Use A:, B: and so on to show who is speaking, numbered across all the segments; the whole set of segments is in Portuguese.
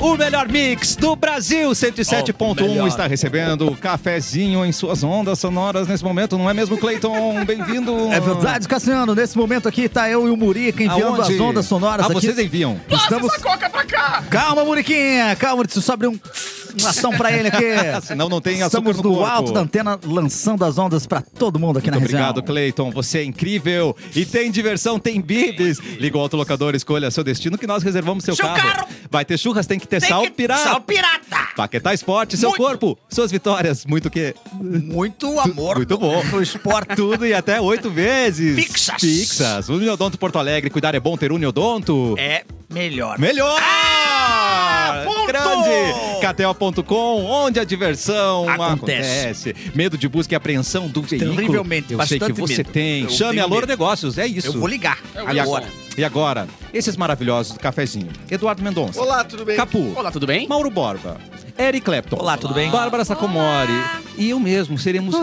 A: o melhor mix do Brasil.
B: Oh, melhor.
A: 107.1 está recebendo o cafezinho em suas ondas sonoras nesse momento, não é mesmo, Cleiton? Bem-vindo.
C: É verdade, Cassiano. Nesse momento aqui tá eu e o Murica enviando
A: Aonde?
C: as ondas sonoras
A: Ah,
C: aqui.
A: vocês enviam.
D: Passa
C: Estamos-
D: essa coca pra cá!
C: Calma, Muriquinha. Calma, deixa eu só abrir um... um ação pra ele aqui.
A: Ah, Senão não Assim, tem açúcar
C: É. Estamos
A: no
C: do
A: corpo.
C: alto da antena lançando as ondas pra todo mundo aqui na
A: Muito
C: região.
A: obrigado, Cleiton. Você é incrível. E tem diversão, tem bibis. Liga o autolocador, escolha seu destino que nós reservamos seu
D: Seu
A: carro.
D: carro.
A: Vai ter churras, tem que ter
D: Tem
A: sal
D: que-
A: pirata.
D: Sal pirata!
A: Paquetá Esporte, seu
D: Muito.
A: corpo, suas vitórias, muito o quê?
C: Muito amor
A: Muito bom.
C: pro esporte.
A: Tudo e até oito vezes.
D: Fixas.
A: Fixas. Uniodonto Porto Alegre, cuidar é bom ter Uniodonto.
D: É melhor.
A: Melhor!
C: Ah,
D: ponto!
A: Grande! KTO.com, onde a diversão acontece.
D: Acontece.
A: Medo de busca e apreensão do veículo.
C: Terrivelmente,
A: Eu sei que
C: bastante
A: você
C: medo.
A: tem.
C: Eu
A: Chame
C: tenho
A: a Loura
C: medo.
A: Negócios, é isso.
C: Eu vou ligar
A: E
C: agora.
A: agora, e agora, esses maravilhosos do cafezinho. Eduardo Mendonça.
E: Olá, tudo bem?
A: Capu.
D: Olá, tudo bem?
A: Mauro Borba. Eric Clapton.
C: Olá, tudo bem?
A: Bárbara Sacomori. E eu mesmo seremos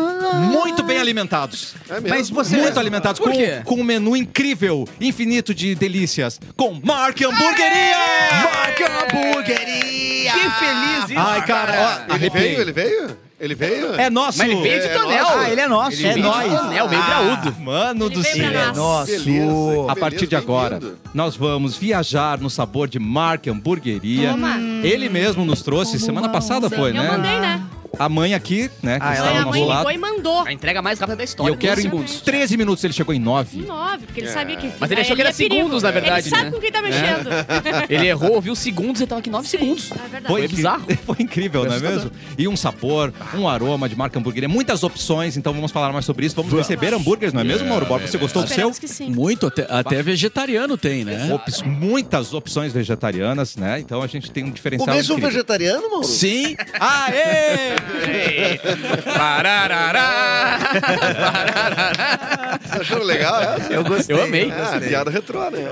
A: muito bem alimentados.
E: É mesmo?
A: Mas você... Muito alimentados
D: Por
A: com,
D: quê?
A: com um menu incrível, infinito de delícias, com Mark Hamburgueria! Mark Hamburgueria!
D: Que feliz isso,
A: Ai, cara, ó,
E: Ele veio,
A: arrepiei.
E: ele veio? Ele veio?
A: É nosso!
D: Mas ele veio de
E: É
D: tonel.
E: nosso.
C: Ah, ele é nosso.
A: É
D: veio de
A: nóis! Ah,
D: tonel, veio graúdo.
A: Mano
F: Ele
A: do
F: veio pra
A: céu!
F: nós.
C: É nosso.
E: Beleza.
A: A partir de
E: Beleza,
A: agora,
E: bem-vindo.
A: nós vamos viajar no sabor de Mark Hamburgueria.
F: Toma.
A: Ele mesmo nos trouxe, semana passada foi,
F: eu
A: né?
F: mandei, né?
A: A mãe aqui, né, que
C: Ah,
A: está
C: ela
F: Aí
A: do
F: a
A: nosso
F: é mãe
A: lado.
F: ligou e mandou.
D: A entrega mais rápida da
A: E
D: história. né?
A: eu quero
D: dois
A: em
D: segundos.
A: 13 minutos, ele chegou em 9.
F: Um Nove, porque ele sabia que...
D: É. Mas ele achou que era
F: é perigo.
D: segundos, na verdade,
F: Ele sabe
D: né? É
F: com quem tá mexendo.
D: Ele errou, ouviu segundos e tava aqui 9 segundos.
F: É verdade.
D: Foi bizarro.
A: Foi incrível, não é mesmo? E um sabor, um aroma de marca hamburgueria, muitas opções, então vamos falar mais sobre isso. Vamos receber hambúrgueres, não é mesmo, Mauro Borba? Você gostou do seu?
F: Esperamos que sim.
G: Muito, até, até vegetariano tem, né?
A: Ops, muitas opções vegetarianas, né? Então a gente tem um diferencial.
F: é
E: Começa um
A: incrível.
E: vegetariano, Mauro?
G: Sim,
A: Aê!
D: Pararará.
E: Vocês acharam legal? É?
C: Eu gostei.
D: Eu amei.
E: Ah, piada retrô,
F: É,
E: né?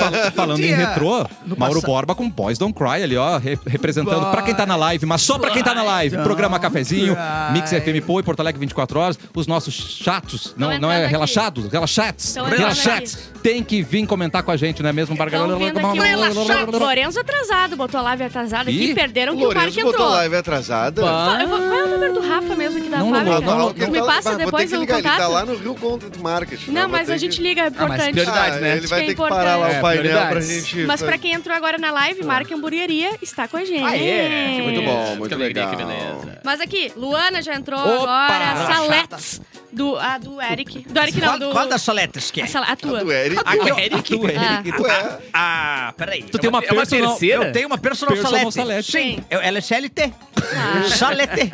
A: Fal- falando em
C: dia,
A: retrô,
C: no
A: Mauro
C: passa-
A: Borba com Boys Don't Cry ali, ó, re- representando pra quem tá na live, mas só pra quem tá na live. Programa Cafezinho,
C: Cry.
A: Mix FM Pô e Porto Alegre 24 horas. Os nossos chatos, não,
F: Tão
A: não é
F: Então entrando
A: relaxados, relaxados,
F: Tão entrando
A: relaxados. Tem que vir comentar com a gente, não é mesmo, Barga?
F: Estão vindo aqui. um Relaxado. Lorenzo atrasado, botou a live atrasada
A: Ih,
F: aqui. Perderam
E: O
F: é um que o Mark
E: Lourenço botou
F: entrou.
E: live atrasada.
F: Fa- eu vou- Qual é o número do Rafa mesmo aqui da
A: Não,
F: fábrica?
A: não, não,
E: ele
F: Me
E: tá-
F: passa
E: vou ter
F: depois
E: que
F: o
E: ligar, Ele tá
F: contato?
E: lá no Rio Content Market. Eu
F: Não,
E: vou
F: mas
E: ter
F: a gente
E: que-
F: liga, é importante.
D: prioridade,
E: Ah,
D: né?
E: Ele
F: Acho
E: vai
F: que é
E: ter que parar lá
F: importante.
E: o painel pra
D: prioridades.
E: gente...
F: Mas pra quem entrou agora na live, marca hamburgueria, está com a gente.
D: Ah, é.
E: Muito bom, muito
D: Que alegria,
E: legal.
D: que beleza.
F: Mas aqui, Luana já entrou
A: Opa! é
F: agora, Saletes do, a do Eric. Do Eric não,
C: Qual,
F: do...
C: qual das soletas que é?
F: a, sala- a tua.
E: Do Eric. é
D: O Eric.
A: Tu, Henrique, tu-
E: Ué,
C: Ah, peraí.
A: tu tem uma
D: É uma
A: personal...
D: terceira?
C: Eu tenho uma personal,
A: Personal
C: salete.
A: salete.
C: Sim. Eu, ela é CLT.
D: Ah.
C: Salete.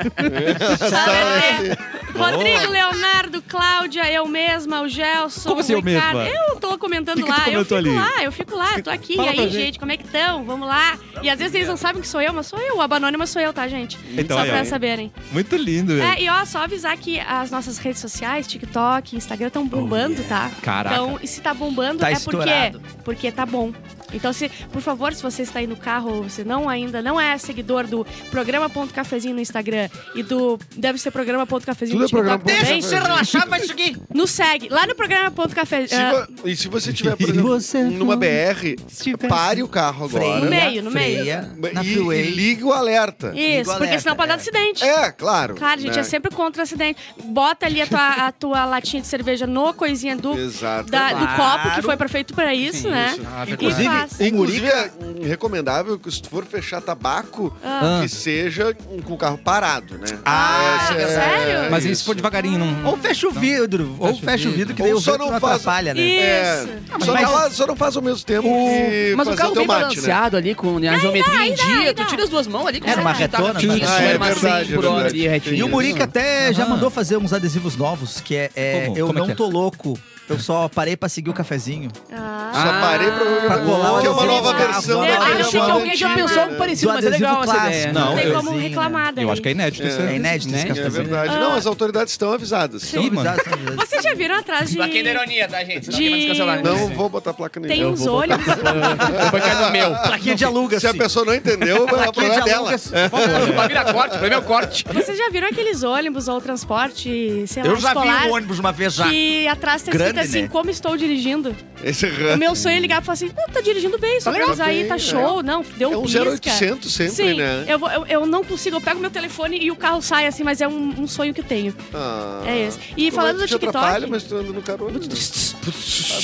E: Tá
A: é
F: Salete. Rodrigo, Leonardo, Cláudia, eu mesma, o Gelson,
A: Como assim eu
F: o Ricardo.
A: mesma?
F: Eu tô comentando
A: Que que tu
F: lá, eu fico
A: comentou ali?
F: lá, eu fico lá, eu tô aqui.
A: Fala
F: e
A: pra
F: aí,
A: gente.
F: gente. como é que estão? Vamos lá. E às vezes eles não sabem que sou eu, mas sou eu. O Abanônima sou eu, tá, gente?
A: Então,
F: Só
A: aí,
F: pra
A: aí.
F: saberem.
A: Muito lindo, velho.
F: É, e ó, só avisar que as nossas redes sociais, TikTok, Instagram, estão bombando, tá?
A: Caraca.
F: Então, e se tá bombando,
C: Tá
F: é
C: estourado.
F: porque, porque tá bom. Então, se, por favor, se você está aí no carro ou você não ainda não é seguidor do programa.cafezinho no Instagram e do deve ser programa.cafezinho no
E: Tudo é
F: TikTok
E: programa.cafezinho.
F: também,
E: Deixa
C: relaxar, vai seguir.
F: nos segue lá no ah, programa.cafezinho.
E: se vo- E se você tiver, por exemplo, numa BR, pare o carro agora.
F: No meio, no meio.
C: Freia, na
E: E, e
C: freeway.
E: ligue o alerta.
F: Isso,
C: Igual
F: porque
C: essa,
F: senão pode dar
C: é.
F: acidente.
E: É, claro.
F: Claro, gente,
E: né?
F: é sempre contra o acidente. Bota ali a tua, a tua latinha de cerveja no coisinha do,
E: Exato.
F: da- do
C: Claro.
F: copo, que foi pra- feito pra isso, né?
A: Ah,
C: Inclusive,
F: faz.
E: Inclusive, é hum, recomendável que se tu for fechar tabaco, que seja hum, com o carro parado, né?
C: Ah,
E: Essa
F: sério?
A: Mas isso for devagarinho, não...
C: Ou fecha
A: Então,
C: o vidro, ou fexa o vidro, que
E: Ou
C: daí o
E: só
C: vento
E: não
C: não
E: faz-
C: atrapalha, né?
E: É,
F: Isso.
E: só,
C: mas-
E: não, faz- só não faz ao mesmo tempo que
D: Mas o
E: fazer
D: carro
E: o teu
D: bem
E: mate, né?
D: balanceado ali, com a geometria em dia. Tu tira as duas mãos ali.
C: Era uma
D: consegue
C: retona,
D: botar retinho,
C: né?
D: só
E: Ah, é
D: era uma
E: verdade,
D: 100 assim por hora
E: é
D: ali,
E: verdade.
D: retinho.
C: E o Murica até já
A: Ah.
C: mandou fazer uns adesivos novos, que é, é,
A: Como?
C: Eu
A: Como é
C: Não
A: que é?
C: Tô Louco, eu só parei pra seguir o cafezinho.
F: Ah.
E: Só
D: Ah,
E: parei
C: pra colar
E: pra... Que é uma
C: o
E: nova
C: adesivo.
E: versão.
C: Ah,
E: da
C: eu
F: achei que
E: chamada
F: alguém já
E: antiga.
F: pensou algo
C: Do
D: parecido, mas é legal essa
C: clássico,
D: ideia.
C: né?
A: Não,
F: Não tem
A: eu-
F: como reclamar daí.
A: Eu acho que é inédito. esse-
C: É inédito esse
A: Inédito,
E: É
C: cafezinho.
E: verdade. Não, as autoridades estão avisadas.
F: Sim.
C: São
A: Ih, mano.
C: avisados, são avisados.
F: Vocês já viram atrás de...
D: Aqui na ironia, tá, gente? Senão
F: De-
D: alguém vai nos cancelar, né?
E: Não vou botar placa
F: Tem
E: nenhuma.
F: uns olhos.
D: Foi cair no meu.
C: Plaquinha de aluga
E: Se a pessoa não entendeu, vai
C: Plaquinha
E: problema
C: de É.
E: dela.
C: aluga-se.
D: Pra virar corte, pra mim é o corte.
F: Vocês já viram aquele ônibus ou transporte, sei lá,
C: Eu já vi
F: escolar,
C: um ônibus uma vez já.
F: que atrás tá escrito
C: Grande,
F: assim,
C: né?
F: como estou dirigindo.
E: Esse
F: O
E: RAM
F: meu sonho é ligar e falar assim, não, tá dirigindo bem,
E: Tá
F: só pra
E: legal,
F: usar aí,
E: bem,
F: tá
E: é.
F: show, não, deu
E: é um
F: pisca.
E: 0800 sempre,
F: Sim,
E: né?
F: eu, vou- eu, eu não consigo, eu pego meu telefone e o carro sai assim, mas é um, um sonho que eu tenho.
E: Ah.
F: É esse. E
E: Tu
F: falando
E: vai-
F: do
E: te
F: TikTok-
E: atrapalha, mas tu anda no carona. né?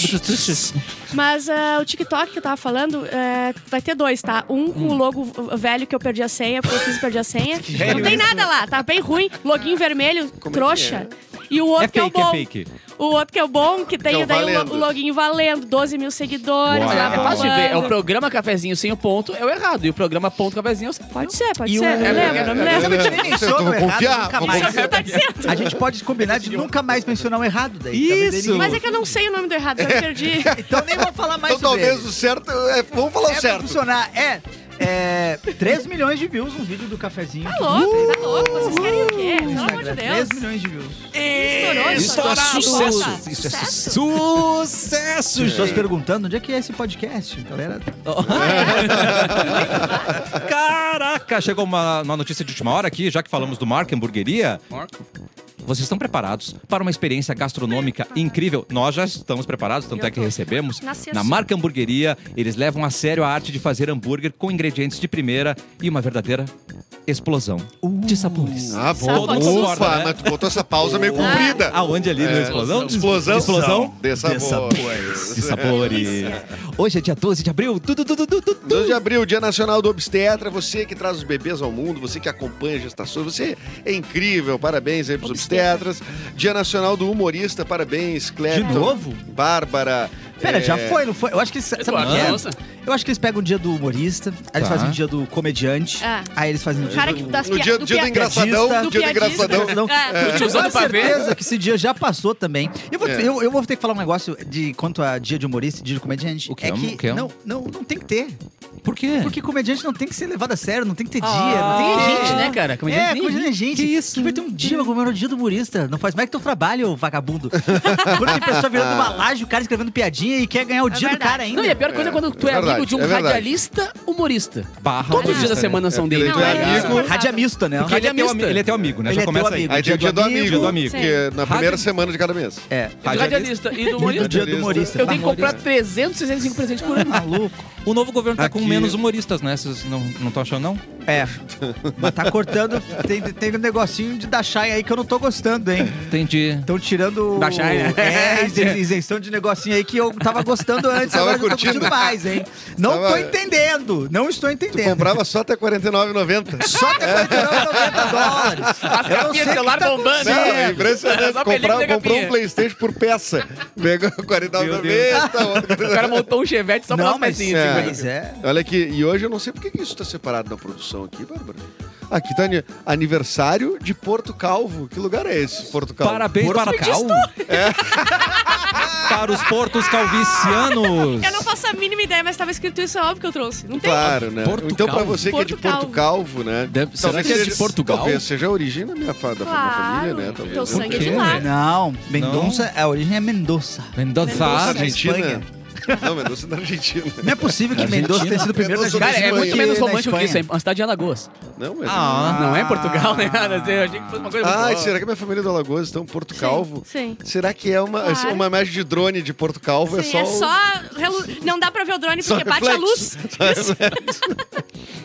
C: É
F: Mas ah, o TikTok que eu tava falando, eh, vai ter dois, tá? Um com o logo velho que eu perdi a senha, porque eu fiz e perdi a senha. não tem nada lá, tá bem ruim, login vermelho,
E: Como é
F: trouxa. E o outro
A: É
F: que é o
A: fake, é
F: bom.
A: fake.
F: O outro que é o bom, que tem
E: Que é o
F: daí o,
E: valendo.
F: lo- o login valendo, 12 mil seguidores.
A: Uau.
F: lá
D: É fácil de ver. É o
F: bombando.
D: programa cafezinho sem o ponto, é o errado. E o programa ponto cafezinho é o certo.
F: Pode ser, pode
D: E
F: ser.
D: o-
F: Não me
D: é-
F: lembro, não me
E: é-
F: lembro.
E: é-
C: Não
E: Eu
C: pensou no
E: vou
C: errado,
E: confiar,
C: nunca
E: vou
C: mais.
F: Mas é o que tu tá dizendo.
C: A gente pode combinar de nunca mais mencionar o errado daí.
A: Isso.
C: Também
F: Mas
C: daí
F: é que eu não sei o nome do errado, já me perdi. Tá
C: ninguém- Então nem vou falar mais
E: Então
C: sobre ele.
E: talvez o certo. é- vamos falar o
C: é pra
E: certo.
C: funcionar. É, é 3 milhões de views um vídeo do cafezinho.
F: Tá louco, tá louco. Vocês querem o quê?
C: No
F: Pelo amor de
C: Instagram, 3
F: Deus.
C: milhões de views.
F: Estourou
A: Isso é
F: estourado.
A: sucesso.
F: Nossa,
A: Isso é
F: sucesso.
A: sucesso,
C: As pessoas
A: gente.
C: perguntando onde é que é esse podcast, galera.
A: Caraca, chegou uma, uma notícia de última hora aqui, já que falamos do Mark Hamburgueria. Vocês estão preparados para uma experiência gastronômica incrível? Nós já estamos preparados, tanto
F: Eu
A: é que
F: tô.
A: recebemos.
F: Nasci
A: Na
F: assim.
A: marca Hamburgueria, eles levam a sério a arte de fazer hambúrguer com ingredientes de primeira e uma verdadeira explosão
C: Uh!
A: de sabores.
E: Ah, bom.
F: Todo mundo
E: Ufa,
A: concorda, né?
E: mas tu botou essa pausa
F: Ah.
E: meio comprida.
A: Ah, Aonde ali?
E: É.
A: na explosão?
E: Explosão.
A: Explosão?
E: De sabor.
A: De sabores. Hoje é dia 12 de abril. Du, du, du, du, du, du.
E: 12 de abril, Dia Nacional do Obstetra. Você que traz os bebês ao mundo, você que acompanha gestações, você é incrível. Parabéns aí pros
F: Obstetra.
E: obstetras. Dia Nacional do Humorista, parabéns, Cleiton.
C: novo?
E: Bárbara.
C: Pera,
E: é,
C: já foi, não foi? Eu acho que sabe o que é?
D: Nossa.
C: Eu acho que eles pegam o dia do humorista, aí eles
A: Tá.
C: fazem o dia do comediante,
F: É.
C: aí eles fazem o
F: O
C: dia
F: cara
C: do...
F: que das
E: No dia,
F: pia- do
E: dia do
F: pia-
E: engraçadão,
F: do
E: dia do
F: piadista.
E: engraçadão.
C: Não,
F: É.
C: é.
D: Te
C: Eu
D: usando
C: tenho
D: pra ver.
C: certeza que esse dia já passou também. Eu vou,
E: É.
C: eu, eu vou ter que falar um negócio de quanto a dia de humorista e dia de comediante.
A: O que
C: é
A: é um-
C: que
A: o que é um? É.
C: não, não, não tem que ter.
A: Por quê?
C: Porque comediante não tem que ser levado a sério, não tem que ter dia.
D: Ah,
C: não tem que ter
D: gente, né, cara? Comediante
C: É,
D: nem
C: comediante é gente.
A: Que isso?
C: Que vai ter um dia pra comemorar o dia do humorista. Não faz mais que teu trabalho, ô vagabundo. Quando tem pessoa virando uma laje, o cara escrevendo piadinha e quer ganhar o
F: É
C: dia do
F: verdade.
C: cara ainda. Tá
D: Não, e a pior coisa é quando tu é,
E: É verdade,
D: amigo de um
E: é verdade.
D: radialista humorista.
A: Barra
D: Todos os dias da
A: artista, né?
D: semana são
E: Ele
D: dele.
E: é amigo.
C: Rádio mista, né?
A: Porque ele é, teu,
D: Radialista.
A: ami- ele é teu amigo, né?
C: Ele
A: Já
C: é teu
A: começa aí.
C: amigo.
E: Aí tem o dia do amigo,
A: Dia do amigo.
E: que é na primeira
A: Sim.
E: semana de cada mês.
C: É.
D: Do radialista e do
C: E do
D: humorista.
C: dia do humorista.
D: Eu tenho que comprar 365 presentes por ano.
C: Maluco.
A: O novo governo tá com
E: Aqui-
A: menos humoristas, né? Vocês não estão achando, não?
C: É. Mas tá cortando. Tem, tem um negocinho de Dachai aí que eu não tô gostando, hein?
A: Entendi.
C: Estão tirando.
D: Dachai, né?
C: É, isen- isenção de negocinho aí que eu tava gostando antes,
E: Tava
C: agora eu tô
E: curtindo.
C: curtindo mais, hein? Não
E: Tava-
C: tô entendendo. Não estou entendendo.
E: Comprava só até 49,90.
C: Só tem
E: É,
C: 49,90 dólares.
D: As
C: Eu não sei
D: capinhas
C: o
D: de
C: que
D: celular
C: tá
D: bombando.
E: Não, é
C: acontecendo.
E: impressionante.
D: Só película
E: Comprava,
D: da
E: comprou um
D: capinha.
E: Playstation por peça. Pegou 49,90. outro
D: O cara montou um chevette só pra
C: Não,
D: umas
C: mas,
D: pecinhas.
E: é.
D: assim,
C: mas é.
E: Olha aqui, e hoje eu não sei por que que isso tá separado na produção aqui, Bárbara. Aqui tá ani- aniversário de Porto Calvo. Que lugar é esse, Porto Calvo?
A: Parabéns
C: Porto
A: para Cal. Para os portos calvicianos.
F: Eu não faço a mínima ideia, mas tava escrito isso, é óbvio que eu trouxe. Não tem.
E: Claro, né?
A: Porto
E: então, pra
A: Calvo.
E: você que é de
F: Porto
E: Porto Calvo, né?
G: Deve- será que é de
E: seja-
G: Portugal?
E: Talvez seja a origem da minha, fa- da minha
F: Claro,
E: família, né? Talvez.
F: teu sangue é de
A: quê?
F: lá.
C: Não, Mendonça, a origem é Mendoza.
E: Ah,
A: Mendonça.
C: Mendonça.
E: Argentina? Não, Mendonça é da Argentina.
C: Não é possível que Mendoza tenha sido o primeiro na
E: Mendoza
D: Cara,
C: Argentina
D: é
E: Espanha.
D: muito
C: que
D: menos
C: na
D: romântico que isso. É
C: Espanha.
D: uma cidade de Alagoas.
E: Não, mas...
A: Ah,
D: Não é Portugal, né? cara? Eu achei que fosse uma coisa
E: Ah,
D: muito
E: será que a minha família do Alagoas, então, Porto
F: Sim,
E: Calvo?
F: Sim.
E: Será que é uma,
F: Claro.
E: uma imagem de drone de Porto Calvo?
F: Sim, é
E: o-
F: só. relu- Não dá pra ver o drone
E: Só
F: porque bate a luz.
E: reflexo. Só reflexo.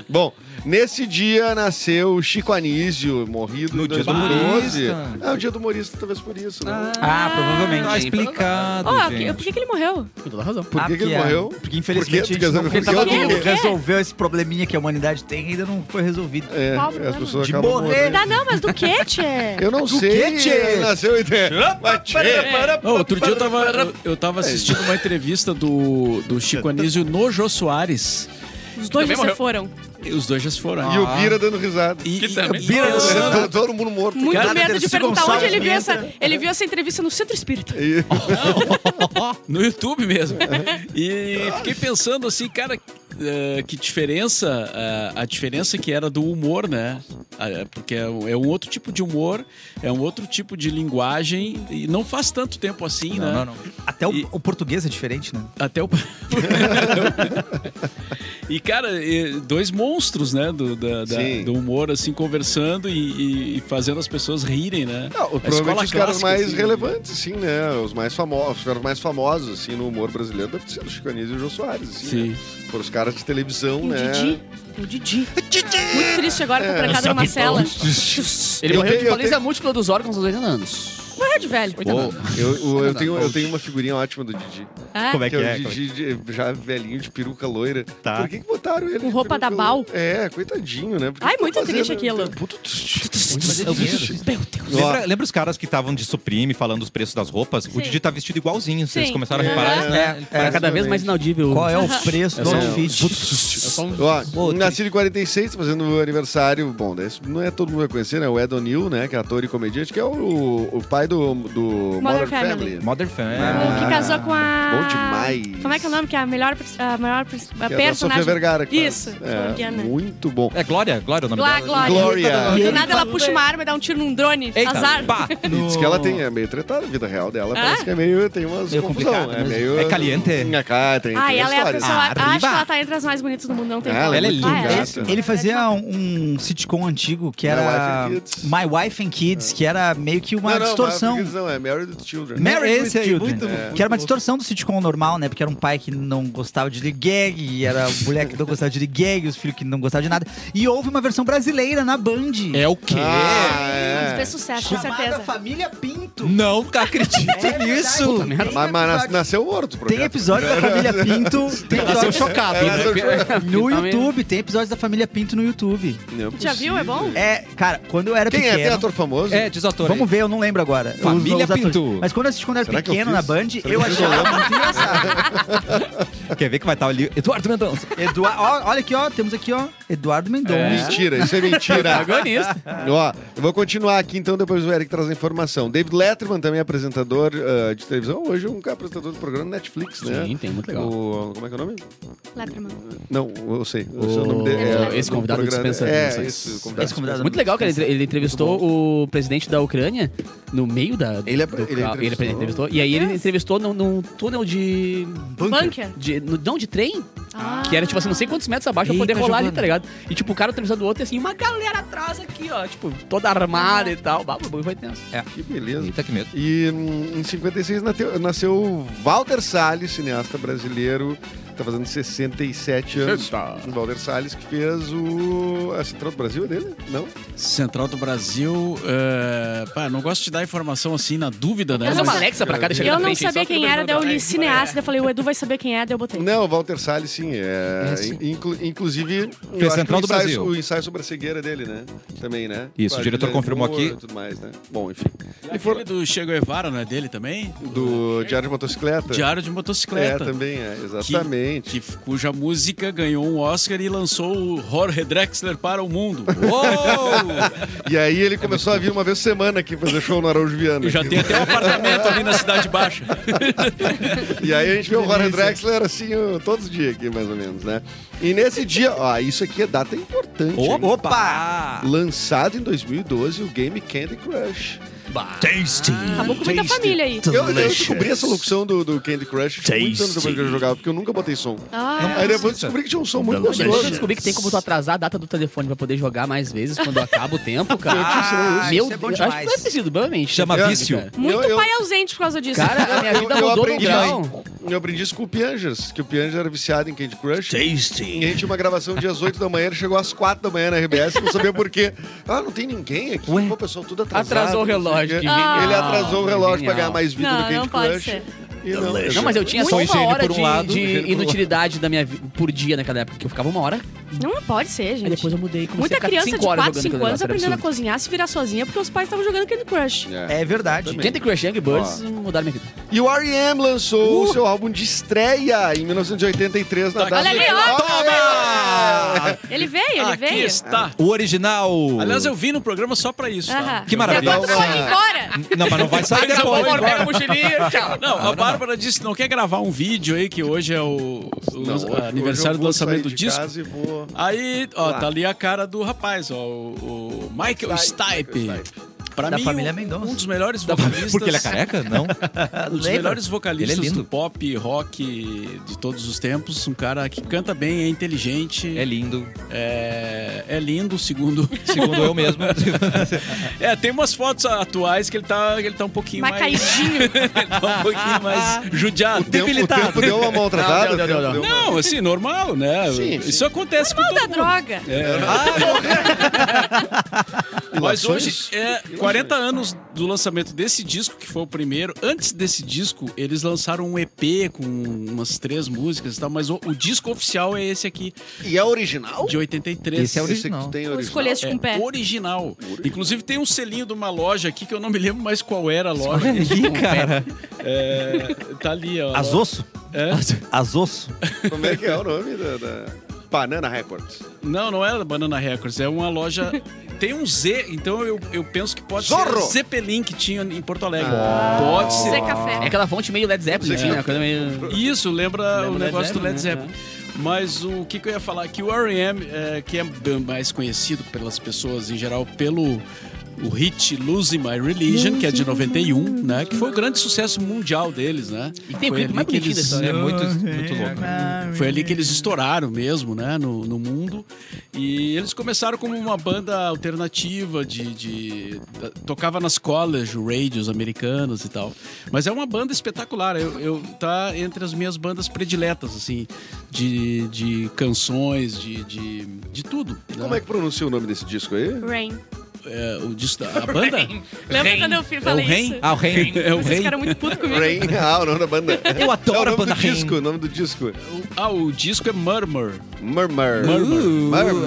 E: Bom, nesse dia nasceu o Chico Anísio, morrido
A: No
E: em
A: dia do
E: 2012.
A: humorista.
E: É o dia do humorista, talvez por isso, né?
C: Ah,
A: Tá
C: provavelmente.
A: explicado,
F: Ó, que- por
A: gente.
F: que, que ele morreu?
D: Com toda razão.
E: Por que,
C: Ah,
E: que é. ele
C: porque,
E: morreu?
C: ah, Porque infelizmente
E: Por quê?
C: a gente não
E: Porque
C: tentava
E: todo mundo-
F: Por quê?
C: resolveu esse probleminha que a humanidade tem e ainda não foi resolvido.
E: É,
F: Qual o
E: as
F: problema?
E: pessoas
C: De
E: acabam
C: morrer.
E: morrendo.
F: Tá, não, mas do que, tchê?
E: Eu não sei.
C: quê, tchê?
E: ele Nasceu a ideia. Mas, tchê,
G: Ô, outro dia eu tava, eu, eu
A: É
G: tava assistindo uma entrevista do, do Chico Anísio no Jô Soares.
F: Os dois
D: Também
F: já se
D: morreu.
F: foram.
G: E os dois já se foram. né?
E: E o Bira
C: Ah.
E: dando risada.
G: E, e,
D: também-
G: Bira dançando.
E: Todo- Todo mundo morto.
F: Muito
C: Cara,
F: medo de
C: Dercy
F: perguntar onde
C: Gonçalves
F: ele viu,
C: Pinto.
F: essa, ele viu essa entrevista no Centro Espírita.
E: E-
G: No YouTube mesmo. E fiquei pensando assim, cara, eh, que diferença, eh, a diferença que era do humor, né? Ah, é, Porque é um é um outro tipo de humor, é um outro tipo de linguagem, e não faz tanto tempo assim, né?
A: Não, não, não.
C: Até o,
G: E-
C: o português é diferente, né?
G: Até o. e, cara, e dois monstros, né? Do, da- da-
E: Sim.
G: do humor, assim, conversando e, e- e fazendo as pessoas rirem, né?
E: Não,
G: A
E: provavelmente
G: escola
E: os caras
G: clássica,
E: mais
G: assim,
E: relevantes, sim, né? Os mais famosos, os caras mais famosos, assim, no humor brasileiro deve ser o Chico Anísio e o Jô Soares, assim, né?
G: Sim.
E: Foram os caras de televisão,
F: E o
E: né?
F: Didi. E o Didi. Muito triste agora,
E: É.
F: tá trancado numa cela.
D: Ele
E: Eu
D: morreu
E: tenho-
D: de
E: eu
D: falência
E: tenho-
D: múltipla dos órgãos aos 80 anos.
F: Morreu de velho.
E: Pô, eu, eu, eu tenho, eu tenho uma figurinha ótima do Didi.
F: É.
A: Como é que
E: que
A: é?
E: o
A: Como é que-
E: Didi de- já velhinho de peruca loira.
A: Tá.
E: Por que, que botaram ele?
F: Com
E: de
F: roupa
E: peruca
F: da Bal?
E: loira? É, coitadinho, né? Por que
F: Ai,
E: que tá
F: muito
E: fazendo?
F: triste aquilo.
E: Puto triste.
C: Eu vejo.
F: Meu Deus.
A: Lembra, lembra os caras que estavam de Supreme falando os preços das roupas?
F: Sim.
A: O Didi tá vestido igualzinho. Vocês
F: Sim.
A: começaram
F: É.
A: a reparar isso?
C: É,
D: Era cada vez mais inaudível.
C: Qual é o preço do
E: só um-
C: outfit?
D: É só um-
E: Ó,
C: Pô,
E: nascido em 46, tá fazendo o aniversário. Bom, daí isso não é todo mundo vai conhecer, né? O Ed O'Neill, né? Que é ator e comediante, que é o, o pai do, do Modern,
F: Family.
E: Family. né?
A: Modern Family.
F: O que casou com a.
E: Bom demais.
F: Como é que é o nome? Que é a melhor, pers- a maior pers-
E: Que
F: a
E: é da Sofia
F: personagem.
E: Vergara. que faz.
F: Isso,
E: É,
F: colombiana.
E: muito bom.
A: É Glória? Glória é o nome
F: Glá,
A: dela?
F: Glória.
E: Glória.
F: Do nada ela puxa uma arma e dá um tiro num drone.
A: Eita,
F: Azar.
A: pá!
E: E diz que ela tem, é meio tretada a vida real dela.
F: Ah?
E: Parece que é meio, tem umas
C: Meio né?
E: confusão.
C: complicado
E: É
C: mesmo.
E: meio...
A: É caliente.
E: Minha cara, tem,
F: Ah,
E: tem
F: e ela é a
E: história.
F: pessoa. Acho que
A: Arriba.
F: ela tá entre as mais bonitas do mundo, não tem
E: Ah, ela
A: é
F: como.
A: muito
F: Ah,
E: gata.
C: Ele fazia um, um sitcom antigo que
E: My
C: era
E: Wife and Kids.
C: My Wife and Kids, que era meio que uma
E: Não, não,
C: distorção.
E: Mas, não, é Married with Children. É.
A: Ma-
C: Mary
A: Esse aí, muito bom,
C: que era uma distorção do sitcom normal, né? Porque era um pai que não gostava de gag, e era a mulher que não gostava de gag, os filhos que não gostavam de nada. E houve uma versão brasileira na Band.
D: É o quê?
E: Ah,
F: Mas
E: é.
F: fez sucesso, com
C: chamada
F: certeza.
C: Família Pinto.
E: Hum.
C: É
A: Não acredito
C: isso!
D: Puta merda.
E: Mas, mas nas- nasceu morto o
C: Tem
E: programa.
C: episódio da Família Pinto
A: Tem que ser chocado,
D: É,
A: né?
E: tá
C: no
D: Tá
C: YouTube. Tem episódios da Família Pinto no YouTube.
E: Não é
F: Já viu? É bom?
C: É, cara, quando eu era
E: Quem é?
C: pequeno...
E: Tem ator famoso?
A: É, diz o ator.
C: Vamos
A: Vamos
C: ver, eu não lembro agora.
A: Família
C: Os- os atores.
A: Pinto.
C: Mas quando eu assisti quando eu era
E: Será que eu
C: pequeno
E: fiz?
C: na
E: um
C: Band,
E: Será
C: eu
E: que eu
C: achava muito engraçado.
A: Quer ver que vai estar ali? Eduardo Mendonça.
C: Eduardo, ó, olha aqui, ó, temos aqui, ó, Eduardo Mendonça.
E: Mentira, isso é mentira.
D: Protagonista.
E: Ó, eu vou continuar aqui então, depois o Eric traz a informação. David Letterman também é apresentador ah, de televisão, hoje é um apresentador do programa Netflix, né?
D: Sim, tem, muito legal.
E: O, como é que é o nome?
F: Letterman.
E: Não, eu sei. Eu sei o nome
D: O-
E: dele. é,
D: esse
E: do
D: convidado
E: programa.
D: dispensa
E: É,
D: menções.
E: esse convidado.
C: Esse convidado- é
D: Muito legal que ele, ele entrevistou o presidente da Ucrânia no meio da.
E: Ele é-
D: do,
E: ele
D: ele,
E: entrevistou.
D: entrevistou. E aí ele entrevistou num, num túnel de.
F: Bunker.
D: de no- não, de trem.
F: Ah.
D: Que era, tipo assim, não sei quantos metros abaixo pra
C: Eita,
D: poder rolar ali,
C: Giovana.
D: tá ligado? E, tipo, o cara entrevistando o outro e assim, uma galera atrás aqui, ó. Tipo, toda armada e tal. Bah, O bagulho foi tenso.
E: Que beleza.
A: Eita, que medo.
E: E hum, em 56 nateu- nasceu Walter Salles, cineasta brasileiro, que tá fazendo 67 anos. O Walter Salles que fez o. A Central do Brasil é dele? Não?
G: Central do Brasil. eh, pá, não gosto de dar informação assim na dúvida, né?
D: Traz é uma
G: Mas-
D: Alexa pra cá, deixa
F: Eu
D: na
F: não
D: frente,
F: sabia
D: só
F: quem
D: fica
F: era, um daí eu
D: perguntando,
F: li
D: "Ai,
F: cineasta, daí eu falei, o Edu vai saber quem é, daí eu botei.
E: Não, Walter Salles, sim. É...
D: É, sim.
E: inclu- Inclusive. eu
A: Fez
E: acho que
A: Central
E: o
A: do
E: ensaio-
A: Brasil.
E: O ensaio sobre a cegueira dele, né? Também, né?
A: Isso,
E: Com a
A: o diretor
E: Juliane
A: confirmou
E: Moore
A: aqui.
E: e Tudo mais, né? Bom, enfim.
G: E aquele do Che Guevara, não é dele também?
E: Do Diário de Motocicleta.
G: Diário de
E: É,
G: Motocicleta.
E: também é, exatamente.
G: que, cuja música ganhou um Oscar e lançou o Jorge Drexler para o mundo.
E: E aí ele começou a vir uma vez por semana aqui fazer show no Araújo Viana.
G: Eu já tenho até um apartamento ali na Cidade Baixa.
E: E aí a gente vê o Warren Drexler assim o- todos os dias aqui, mais ou menos, né? E nesse dia, ó, isso aqui é data importante. hein?
A: Opa!
E: Lançado em 2012 o game Candy Crush.
B: Tasty.
F: Acabou com muita família aí.
E: Eu, eu descobri essa locução do, do Candy Crush muitos anos depois que eu jogava, porque eu nunca botei som.
F: Ah,
E: Aí depois descobri que tinha um som muito
D: Mas Depois eu
E: gostoso.
D: descobri que tem como tu atrasar a data do telefone pra poder jogar mais vezes quando acaba o tempo, cara.
C: Ah, isso
D: Meu
C: é bom
D: Deus, acho que
C: demais.
D: deve ter sido, provavelmente.
A: Chama
D: Cara,
A: vício.
F: muito
E: eu- eu-
F: pai ausente por causa disso.
D: Cara, a minha
E: Eu-
D: vida
E: eu
D: mudou no
E: aprendi
D: grau.
E: Eu aprendi isso com o Pianjas, que o Pianjas era viciado em Candy Crush. E a
B: Tasty.
E: gente tinha uma gravação dia 8 da manhã, ele chegou às 4 da manhã na RBS, não sabia por quê. Ah, não tem ninguém aqui. Pô, pessoal, tudo atrasado.
D: Atrasou o
E: não sei
D: relógio,
E: quê.
D: que genial.
E: ele atrasou o relógio pra
D: Genial.
E: ganhar mais vida do
F: Não,
E: Candy
F: não pode
E: Crush.
F: ser.
E: E não,
B: Delicious.
D: Não, mas eu tinha só
A: Foi
D: uma
A: higiene
D: hora
A: por um
D: de,
A: lado,
D: de
E: higiene por um
D: inutilidade da minha, vi- por dia naquela época, que eu ficava uma hora,
F: Não pode ser,
D: aí
F: gente.
D: depois eu mudei. Comecei a
F: Muita
D: ficar
F: criança de
D: cinco horas
F: 4, 5
D: jogando
F: anos
D: aquele negócio,
F: aprendendo
D: era
F: a cozinhar, se virar sozinha, porque os pais estavam jogando Candy Crush.
C: É verdade.
E: Exatamente.
D: absurdo. Candy Crush Young Birds mudaram minha vida.
E: E o R.E.M. lançou o seu álbum de estreia em 1983 na data...
F: Uh! Olha ali, ó.
E: Toma!
F: Ele veio, ele
G: Aqui
F: veio.
G: está.
A: O original. Tipo-
G: Aliás, eu vim no programa só pra isso. tá?
F: Aham.
A: Que maravilha.
F: E agora tu pode ir embora.
A: Não, mas não vai sair
D: Acabou,
A: Tá depois.
D: amor, pega a mochilinha, tchau.
G: Não, a Bárbara disse que não quer gravar um vídeo aí, que hoje é o, o
E: Não, hoje- hoje
G: aniversário
E: eu
G: do
E: vou
G: lançamento do
E: sair de
G: disco.
E: casa e vou-
G: Aí, ó,
E: Lá.
G: tá ali a cara do rapaz, ó, o, o Michael Stipe. Pra
C: Da
G: mim,
C: família
G: um-
C: Mendonça.
G: um dos melhores vocalistas.
A: Porque ele é careca? Não.
G: Um dos
C: Lembra?
G: melhores vocalistas
A: Ele é lindo.
G: do pop, rock de todos os tempos. Um cara que canta bem, é inteligente,
A: É lindo.
G: é, é lindo, segundo.
A: Segundo eu mesmo.
G: É, tem umas fotos atuais que ele tá, ele tá um pouquinho
F: Mas
G: mais.
F: caidinho.
G: tá um pouquinho mais judiado.
E: O tempo, o tempo deu uma
D: Não,
E: maltratada.
D: deu, deu,
E: o tempo
D: deu,
E: deu uma-
G: Não, assim, normal, né?
E: Sim, É, sim.
G: Isso acontece com todo
F: da
G: mundo. É,
F: droga.
G: Mas
E: Ilações?
G: hoje, é
E: né?
G: 40 anos do lançamento desse disco, que foi o primeiro. Antes desse disco, eles lançaram um EP com umas três músicas e tal, mas o, o disco oficial é esse aqui,
E: E é
F: Oh.
E: original?
G: de 83.
C: Esse é o
E: Esse que tu
C: original.
E: tem é
F: Vou
E: original.
F: escolher esse com o pé.
G: É original. Inclusive tem um selinho de uma loja aqui que eu não me lembro mais qual era a loja.
C: Ih, cara.
G: É, tá ali, ó.
C: Azosso?
G: É.
C: Azosso?
E: Como é que é o nome da... da- Banana Records.
G: Não, não era Banana Records, é uma loja. Tem um Z, então eu, eu penso que pode
E: Zorro!
G: ser Zeppelin que tinha em Porto Alegre. pode ser.
F: Zé Café.
D: É aquela fonte meio Led Zeppelin, assim, né? Coisa meio...
G: Isso, lembra
D: Lembra
G: o
D: o
G: negócio do
D: Led
G: Led
D: Zeppelin,
G: Zeppelin. Mas o que, que eu ia falar? Que o R.E.M., é, que é bem mais conhecido pelas pessoas em geral pelo o hit Losing My Religion, que é de 91, né? Que foi o grande sucesso mundial deles, né?
D: E tem o clipe
G: Foi ali
D: mais
G: que
D: bonitinho
G: eles-
D: da história.
A: É muito, muito louco.
G: foi ali que eles estouraram mesmo, né, no, no mundo. E eles começaram como uma banda alternativa de, de- da- tocava nas college radios americanas e tal. Mas é uma banda espetacular. Eu, eu- tá entre as minhas bandas prediletas assim, de, de canções, de, de, de tudo. né?
E: Como é que pronuncia o nome desse disco aí?
F: Rain.
G: É, o disco da- a banda?
F: Lembra quando eu fui- falei
G: É o Rain?
F: isso?
A: Ah, o Ren.
G: É o
F: Vocês
G: rei.
F: ficaram muito putos comigo.
E: Rain. Ah, o nome da banda.
A: Eu adoro
E: é o nome
A: a banda
E: do
A: Rain.
E: disco, o nome do disco.
G: Ah, o disco é Murmur.
E: Murmur.
G: Murmur.
E: Murmur.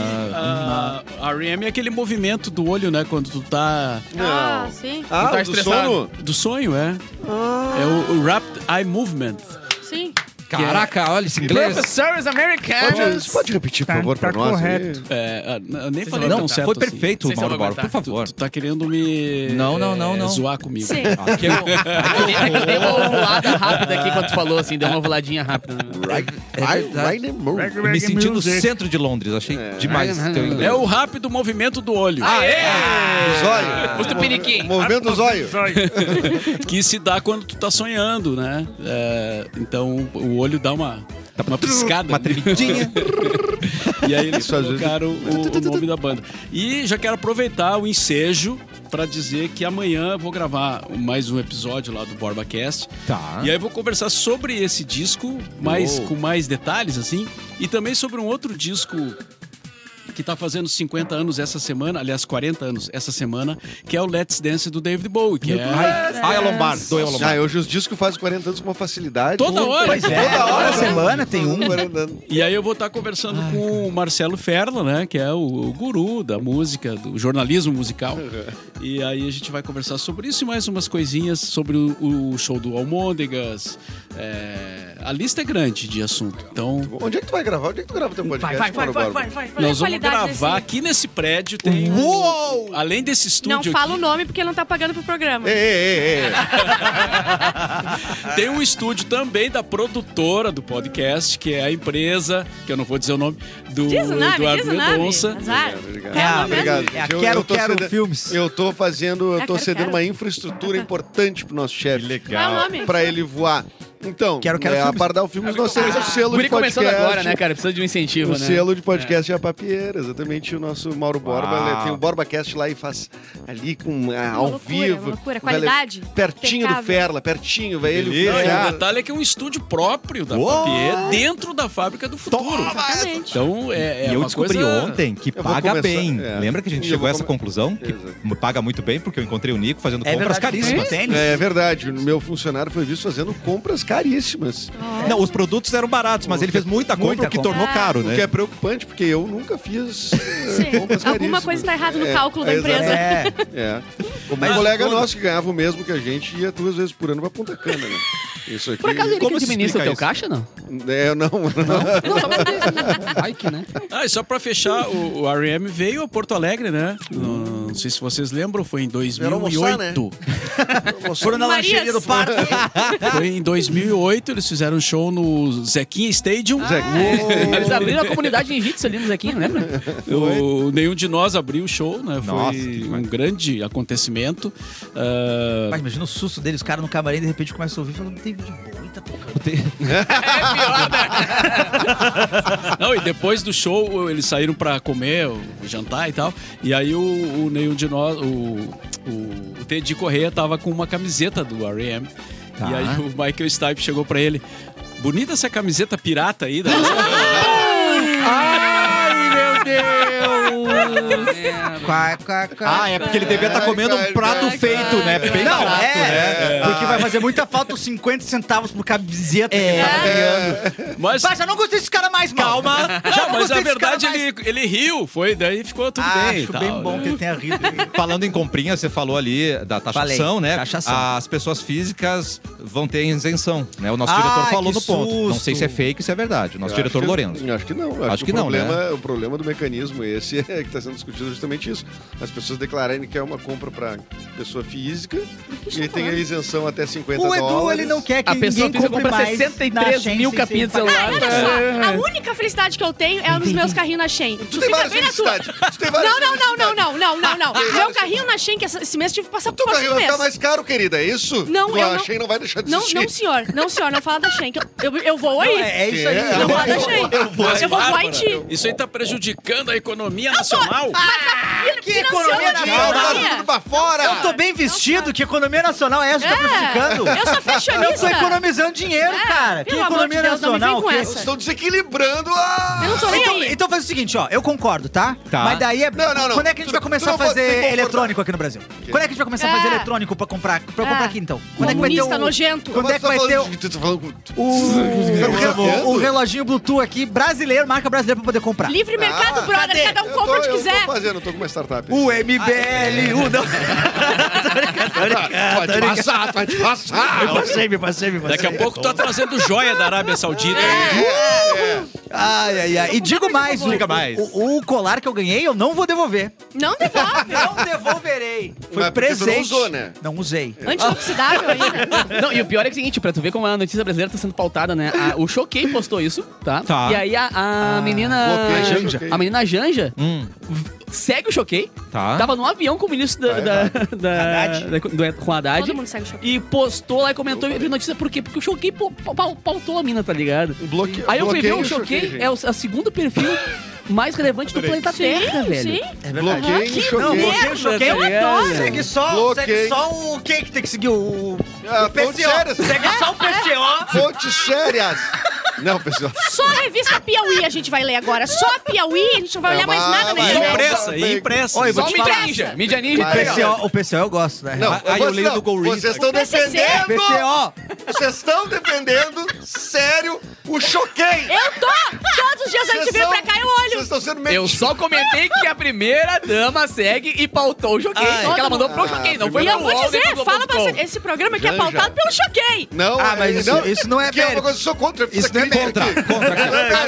G: Ah,
E: Uhum.
G: a R.E.M. é aquele movimento do olho, né? Quando tu tá
F: Ah, sim.
E: Ah,
D: Tá
E: o do
D: estressado.
E: sono?
G: Do sonho, é.
E: Ah.
G: É o, o Rapid Eye Movement.
F: Sim.
A: Caraca, olha esse inglês.
D: Professores
F: É,
D: americanos!
E: Pode, pode repetir,
F: tá
E: por favor, pra nós? aí?
G: É, ah, n- eu nem falei
A: Não,
G: tão certo
A: então, foi
G: assim.
A: perfeito,
D: Vocês
A: Mauro
D: vão
A: Borba, por
D: aguentar.
A: favor.
G: Tu tá querendo me
A: Não, não,
G: eh,
A: não, não.
G: zoar comigo.
F: Sim.
A: Aqui é
D: É que deu uma ovulada rápida aqui quando tu falou, assim, deu uma ovuladinha rápida.
E: Rain- Rain and Moon.
A: eu É, me senti no centro de Londres, achei demais teu inglês.
G: É o rápido movimento do olho.
D: Ah, é?
E: Zóio.
D: Os tupiniquim.
E: O Movimento do zóio.
G: Que se dá quando tu tá sonhando, né? É, então o olho dá uma, uma piscada.
A: Tá Uma tremidinha.
G: E aí eles
E: Isso ajuda.
G: colocaram
A: é
G: o, o nome da banda. E já quero aproveitar o ensejo pra dizer que amanhã eu vou gravar mais um episódio lá do BorbaCast.
C: Ah.
A: Tá.
G: E aí eu vou conversar sobre esse disco, mais, com mais detalhes, assim, e também sobre um outro disco que tá fazendo 50 anos essa semana, aliás, 40 anos essa semana, que é o Let's Dance do David Bowie, que é...
A: Ai, a lombar, doeu a lombar.
E: Ah, hoje os discos fazem 40 anos com uma facilidade.
G: Toda hora!
C: Pois é,
E: Toda hora.
C: toda semana tem um.
E: 40 anos.
G: E aí eu vou estar conversando com o Marcelo Ferla, né? Que é o, o guru da música, do jornalismo musical. E aí a gente vai conversar sobre isso e mais umas coisinhas sobre o, o show do Almôndegas. É, a lista é grande de assunto. Então,
E: Onde é que tu vai gravar? Onde é que tu grava teu podcast?
D: vai, vai,
E: Mauro
D: vai,
E: Borba?
D: vai, vai.
F: Olha a
G: nós vamos
F: qualidade é
G: gravar
F: desse-
G: aqui nesse prédio. Tem um- Além desse
F: Não
G: estúdio
F: fala o
G: aqui,
F: nome porque ele não tá pagando pro programa.
E: Ei, ei, ei, ei.
G: tem um estúdio também da produtora do podcast, que é a empresa, que eu não vou dizer o nome, do
F: Diz o nome,
G: Eduardo
F: diz o nome.
G: Mendonça.
F: Azar.
E: Obrigado.
C: É a-
E: Obrigado.
C: é a
E: gente. Eu-
C: Quero
E: eu tô
C: Quero
E: cedendo-
C: Filmes.
E: Eu tô fazendo, eu
F: É a
E: tô
F: Quero
E: cedendo
F: Quero.
E: uma infraestrutura importante pro nosso chefe.
F: Qual é o nome?
E: Pra ele voar. Então,
C: Quero Quero
E: é, a
C: Filmes.
E: Pardal Filmes nós temos o
D: O
E: selo de
D: Guri
E: podcast.
D: começando agora, né, cara? Precisa de um incentivo,
E: O
D: né?
E: selo de podcast é. a Papieira, exatamente o nosso Mauro Borba.
A: Uau.
E: né, Tem o BorbaCast lá e faz ali com, ah,
F: Uma
E: ao
F: loucura,
E: vivo.
F: uma loucura.
E: Vai le-
F: Qualidade
E: Pertinho do
F: impecável.
E: Ferla, pertinho, vai ele.
A: Beleza. Ah,
G: Não, e o
E: olhar.
G: detalhe é que é um estúdio próprio da
A: Uou!
G: Papier dentro da fábrica do futuro.
F: Exatamente.
G: Então é, é
A: E eu
G: uma
A: descobri
G: coisa-
A: ontem que
E: vou
A: paga
E: começar-
A: bem.
E: é.
A: Lembra que a gente
E: Eu
A: chegou
E: vou
A: a essa
E: come- É,
A: conclusão? Que
E: Exato.
A: paga muito bem, porque eu encontrei o Nico fazendo
C: É
A: compras
C: verdade,
A: caríssimas.
C: tem tênis.
E: É verdade, o meu funcionário foi visto fazendo compras caríssimas.
A: Não, os produtos eram baratos, mas ele fez muita compra,
C: né? Muita
A: o que
C: compra.
A: tornou caro,
E: O que é
A: né?
E: preocupante, porque eu nunca fiz eh,
F: Sim.
E: compras
F: Alguma
E: caríssimas.
F: coisa tá errada no
E: É,
F: cálculo da
E: é,
F: empresa.
C: É.
E: É. Um
G: Mas
E: colega
G: quando-
E: nosso que ganhava o mesmo que a gente ia duas vezes por ano pra Punta Cana, né? Isso aqui.
D: Por acaso ele
A: Como
D: que
A: se
D: administra o teu
A: explica
D: caixa, não?
E: É, não, não.
D: Não, só pra Ai, que, né?
G: Ah, e só pra fechar, o, o R.E.M. veio a Porto Alegre, né? No, Não sei se vocês lembram, foi em
E: Era
G: 2008.
E: almoçar, né?
C: Foram na
F: Marias.
C: lancheria do parque.
G: Foi em 2008, eles fizeram um show no Zequinha Stadium.
D: Eles abriram a comunidade de jiu-jitsu ali no Zequinha, lembra?
G: O, nenhum de nós abriu o show, né?
A: Nossa, que
G: Foi um
A: demais.
G: grande acontecimento. Ah,
C: Mas imagina o susto deles, os caras no camarim de repente começam a ouvir falando: tem vídeo bom, eita porra.
G: não, e depois do show eles saíram pra comer, o- jantar e tal. E aí o, o nenhum de nós, o, o, o Teddy Correia tava com uma camiseta do R.E.M. E aí o Michael Stipe chegou pra ele. Bonita essa camiseta pirata aí. Da...
C: Quá, quá, quá.
A: Ah, é porque ele devia estar
E: Ai,
A: comendo
E: cara,
A: um prato
E: cara,
A: feito, né? Bem
C: Não,
A: barato, né?
C: é, Porque vai fazer muita falta os 50 centavos por camiseta. É.
G: Mas,
C: já não gostei desse cara mais, mal. Calma.
G: Não, mas na verdade ele, ele riu, foi, daí ficou tudo
C: Ah,
G: bem. e
C: acho
G: tal,
C: bem bom
G: né?
C: que ele tenha rido.
A: Falando em comprinha, você falou ali da taxação,
C: Falei,
A: né?
C: taxação.
A: As pessoas físicas vão ter isenção, né? O nosso
C: Ai,
A: diretor falou
C: Ah, que
A: no ponto. Não sei
C: susto.
A: se é fake, se é verdade. O nosso
E: Eu
A: diretor
E: acho que-
A: Lourenço.
E: eu Acho que não. eu
A: Acho que
E: o
A: não, né?
E: problema, O problema do mecanismo esse é que está sendo discutido é justamente isso. As pessoas declararem que é uma compra para pessoa física
F: tá
E: e aí tem a isenção até 50
C: O
E: dólares.
C: Edu, ele não quer que
D: A pessoa
C: ninguém
D: física
C: compre
D: compra
C: mais
D: 63
C: na
D: mil
C: Shein
D: capinhas de
C: sem ser
D: celular.
F: Ah, Olha só, a
C: Ah,
F: única felicidade que eu tenho é nos meus carrinhos na Shein.
E: Tu
F: Tu
E: tem
F: fica
E: várias
F: bem na tua.
E: felicidades. Tu tem várias
F: Não, não, não, não,
E: felicidades.
F: não, não, não, não. Meu carrinho na Shein, que essa- esse mês eu tive que passar
E: Teu
F: por
E: carrinho
F: um
E: vai
F: mês.
E: ficar mais caro, querida, é isso?
F: Não,
E: tu
F: eu
E: achei não... vai deixar de
F: Não,
E: existir.
F: não, senhor. Não, senhor, não fala da Shein. que eu, eu, eu vou
C: Não,
F: aí.
C: é, é isso aí.
E: É.
F: Não fala da Shein. Eu vou,
G: Mas,
F: eu vou
G: Bárbara,
F: em ti.
G: Isso aí tá prejudicando a economia nacional.
E: Ah,
F: tá
C: Que economia
E: Não, tá
C: nacional?
E: tudo pra fora!
C: Eu tô bem vestido, que economia nacional é essa que tá prejudicando?
F: É, eu sou
C: Eu tô
F: fashionista. É.
C: economizando dinheiro, cara. Que
F: pelo amor
C: economia
F: de Deus, não me
C: nacional?
F: vem com
C: que- é
E: Vocês
F: essa.
E: estão desequilibrando a...
F: Eu não tô nem
C: Então,
F: aí.
C: então faz o seguinte, ó, eu concordo, tá?
A: Tá.
C: Mas daí é.
E: Não, não, não.
C: Quando é que a
E: Tu-
C: gente vai
E: tu
C: começar
E: não
C: a fazer
E: pode ter concordado.
C: eletrônico aqui no Brasil? Quando é que a gente vai começar a fazer
F: Ah.
C: eletrônico pra comprar, pra comprar
F: Ah.
C: aqui então? Quando é que vai ter
F: Comunista
C: o,
F: nojento.
C: Quando é que vai ter o,
E: Tu tá falando com...
C: o, o reloginho Bluetooth aqui brasileiro, marca brasileira pra poder comprar?
F: Livre mercado,
E: Ah,
F: brother.
C: cadê?
F: Cada um
E: Eu
F: compra
E: tô-
F: onde
E: Eu
F: quiser.
E: tô fazendo, eu tô com uma startup.
C: O MBL, o não.
E: Vai te passar, vai te passar!
C: Eu passei, me passei, me
G: Daqui a pouco tá trazendo joia da Arábia Saudita.
E: É.
C: Ai, ai, ai. E digo mais, o,
A: Diga mais.
C: o, o colar que eu ganhei, eu não vou devolver.
F: Não devolve.
C: Não devolverei. Foi
E: Mas porque tu não
C: presente.
E: usou, né?
C: Não usei.
F: Antioxidável ainda.
D: Não, e o pior é o seguinte, pra tu ver como a notícia brasileira tá sendo pautada, né? A- o Choquei postou isso, tá?
A: Tá.
D: E aí a, a menina...
E: bloqueia
D: A
E: o
D: Janja.
E: Choquei.
D: A menina Janja
A: Hum,
D: segue o Choquei.
A: tá.
D: Tava no avião com o ministro da, da, da-
C: Haddad.
D: da- do- com a Haddad.
F: Todo mundo segue o Choquei.
D: E postou lá e comentou e viu notícia por quê? Porque o Choquei pau- pau- pautou a mina, tá ligado?
E: Bloque...
D: Aí eu fui ver
E: bloqueio
D: o
E: e
D: Choquei,
E: gente.
D: é o, é o segundo perfil mais relevante do
C: tá
D: planeta Terra,
F: sim,
D: velho.
F: sim.
C: É
E: Bloqueio e
C: Não,
E: choquei.
C: bloqueio, choquei.
D: Eu adoro.
C: Segue só,
E: Bloqueio.
C: segue só o quem que tem que seguir o, o
E: Ah,
C: PCO.
E: fontes sérias.
C: Segue só o PCO.
E: Fontes sérias! Não, pessoal.
F: Só a revista Piauí a gente vai ler agora. Só a Piauí, a gente não vai
E: É
F: olhar mais nada é na
E: Mas-
F: internet.
G: Impressa,
E: Mas-
G: impressa.
C: Olha, eu vou
D: Só
C: te
D: mídia
C: falar.
D: ninja. Mídia ninja.
E: Vai.
D: tá ligado?
C: PCO, o PCO eu gosto, né?
E: Não,
A: Aí eu
E: vocês-
A: leio do
E: não,
A: Go Read.
E: Vocês estão
F: PCC.
E: defendendo.
C: PCO.
E: Vocês estão defendendo, sério, o choquei!
F: Eu tô! Todos os dias a gente
E: Vocês
F: vem
E: são-
F: pra cá e eu olho.
E: Vocês estão sendo
D: Eu
E: mentirosos.
D: só comentei que a primeira dama segue e pautou o Joguei.
C: Ai.
D: que ela mandou pro
E: Ah,
D: Joguei, não foi
F: E
D: pro
F: eu vou
D: UOL, nem
F: dizer,
D: pro
F: fala pra
D: Globo.com.
F: você. Esse programa aqui é
E: Janja.
F: pautado pelo Choquei.
E: Não,
C: Ah, mas
E: é-
C: isso- isso não é
E: que é uma
C: mérito.
E: coisa que eu sou contra. eu fiz
C: Isso não é
E: aqui,
C: mérito.
E: aqui.
D: A
C: Não é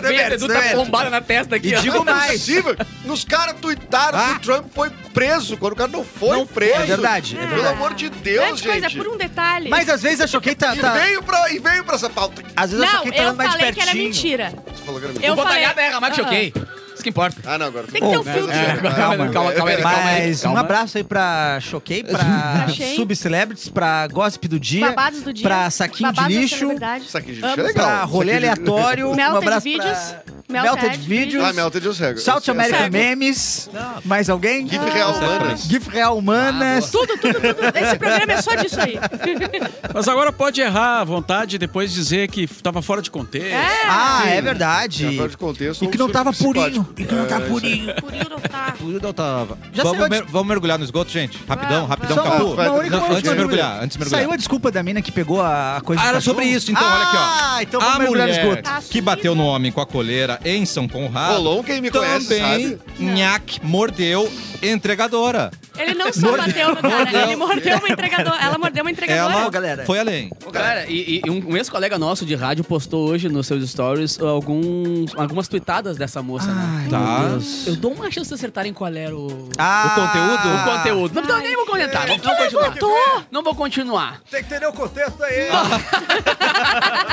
D: venda
C: mérito,
D: do
C: não é
D: tá
C: mérito.
D: bombada na testa aqui,
C: E
D: ó.
C: digo
E: Não é
C: mais.
E: possível. Nos caras tuitaram que
C: Ah.
E: o Trump foi preso, quando o cara não foi
C: Não foi,
E: preso.
C: é verdade, é
E: Pelo
C: verdade.
E: amor de Deus,
F: Grande
E: gente.
F: coisa, é por um detalhe.
C: Mas às vezes a Choquei tá...
E: e,
C: tá-
E: veio pra, e veio pra essa pauta aqui.
C: às vezes a
F: Não,
C: Choquei tá
F: eu
C: andando mais de
F: falei que era
C: pertinho.
F: mentira.
E: Você falou que era
F: Eu
D: O
E: mentira.
F: falei-
D: Botagada é Ramado
F: Aham.
D: Choquei. Isso que importa.
E: Ah, não, agora.
F: Tem que ter um
E: Bom,
F: filtro.
E: é,
D: Calma,
C: Calma.
D: calma, calma, calma, aí, calma aí,
C: Mas um
D: calma.
C: abraço aí pra Choquei, pra
F: Pra Shein.
C: Subcelebrities, pra Gossip do Dia,
F: Babados do dia.
C: pra Saquinho
F: Babados
C: de
F: da
C: Lixo,
F: celebridade.
E: Isso aqui, gente,
F: Amo.
E: é legal.
C: pra Rolê
E: Isso aqui-
C: Aleatório, um
F: Melted
C: abraço
F: Videos.
C: pra...
F: Melted
C: Videos.
E: Ah, Melted os regras.
C: South American
F: Cego.
C: Memes. Mais alguém? Ah,
E: GIF real humanas.
C: GIF Real Humanas.
F: Tudo, tudo, tudo. Esse programa é só disso aí.
G: Mas agora pode errar à vontade e depois dizer que tava fora de contexto.
F: É.
C: ah, é
E: Já
C: verdade.
E: fora de contexto,
C: E que não
E: um
C: tava
E: psicótico. É.
C: purinho. E que não tava purinho.
F: Por isso não tá.
A: Tudo eu tava-
C: Já
A: vamos,
C: saiu a
A: mer-
C: dis-
A: vamos mergulhar no esgoto, gente? Rapidão,
F: Vamos,
A: rapidão,
C: Só
A: Capu.
C: uma- uma última
A: tá Não, antes de
C: coisa.
A: mergulhar, antes de mergulhar.
C: Saiu a desculpa da mina que pegou a, a coisa
A: Ah,
C: do
A: era
C: cachorro?
A: sobre isso, então, olha aqui, ó.
C: Ah, então
A: a
C: vamos mergulhar no
A: mulher
C: esgoto.
F: esgoto.
A: que bateu no homem com a coleira em São Conrado.
E: Rolou um quem me conhece,
A: também,
E: sabe?
A: Nhaque mordeu entregadora.
F: Ele não só bateu no cara, ele mordeu uma entregadora. Ela mordeu um uma entregadora.
A: Ela
C: Ô, galera.
A: foi além.
D: Ô, Galera, e, e um ex-colega nosso de rádio postou hoje nos seus stories alguns, algumas tuitadas dessa moça, né?
A: Tá.
D: Eu dou uma chance de acertarem qual era o,
C: Ah.
D: o conteúdo. O conteúdo. Não, então nem vou comentar. Não, não, continuar. não vou continuar.
B: Tem que entender o contexto aí.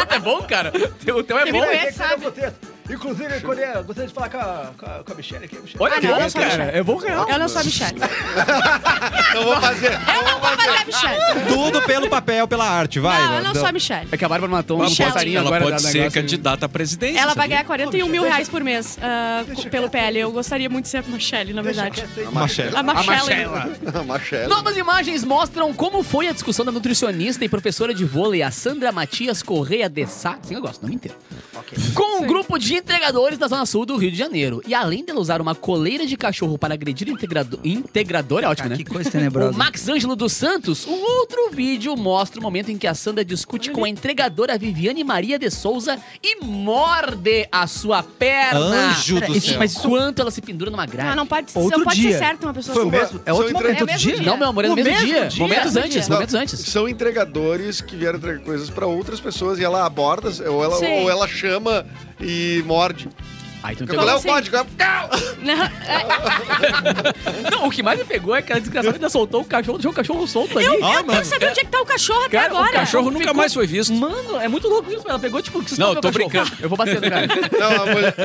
D: É bom, cara. O teu é
F: Ele
D: bom.
F: não é,
B: Tem que entender o
F: sabe?
B: contexto. Inclusive, quando eu gostaria de falar com a, com a, com a Michelle aqui. a Michelle.
D: Olha
F: Ah,
D: que
F: não,
D: bom,
F: eu sou
D: cara.
F: Michele.
D: É bom real.
F: Eu não sou a Michelle.
E: Então vou fazer.
F: Eu não vou fazer a Michelle.
A: Tudo pelo papel, pela arte, vai.
F: Não, eu não sou a Michelle.
D: É que a Bárbara matou
G: Ela
D: um
G: pode-
D: passarinho
G: ela
D: agora.
G: pode
D: da- né?
G: ser
D: negócio-
G: candidata à presidência.
F: Ela vai
G: sabia?
F: ganhar 41 mil reais por mês ah, co- pelo PL. Eu gostaria muito de ser a Michelle, na verdade.
A: Uma chefe.
F: A Michelle.
D: Marcela.
E: Machela.
D: Novas imagens mostram como foi a discussão da nutricionista e professora de vôlei, a Sandra Matias Correia de Sá, sem negócio, nome inteiro. Com um grupo de entregadores da Zona Sul do Rio de Janeiro. E além dela usar uma coleira de cachorro para agredir o integrador, integrador é
C: Cara,
D: ótimo, né?
C: que coisa
D: O
C: tenebrosa.
D: Max Ângelo dos Santos, um outro vídeo mostra o momento em que a Sandra discute com a entregadora Viviane Maria de Souza e morde a sua perna.
A: Anjo do
C: Isso,
A: céu.
C: mas-
D: Enquanto ela se pendura numa grade.
F: Ah, Não, não pode,
C: Outro
F: não pode
C: dia.
F: ser certo uma pessoa
E: Foi o
F: assim.
E: mesmo?
C: É outro
E: São
C: momento,
F: É o
C: outro
F: mesmo
C: dia?
F: dia.
D: Não, meu amor, é no
F: O
D: mesmo,
F: mesmo
D: dia.
F: dia.
D: Momentos
F: Mesmo
C: é
D: antes,
F: dia.
D: momentos antes.
E: São entregadores que vieram entregar coisas pra outras pessoas e ela aborda, ou ela,
F: Sim.
E: ou ela chama e morde.
D: Aí tu
E: Qual é o
F: assim?
E: código? É-
F: Não, é-
D: Não, o que mais me pegou é que a desgraçada ainda soltou o cachorro, deixou o cachorro solto ali.
F: Eu,
A: Ai,
F: eu
A: mano.
F: quero saber onde é que tá o cachorro até
D: Ah, Cara, o
F: agora.
G: O cachorro nunca
D: Ficou-
G: mais foi visto.
D: Mano, é muito louco isso. Ela pegou, tipo, que
G: Não,
D: meu
G: tô
D: cachorro.
G: brincando.
D: Eu vou bater no cara.
E: Não, a mulher,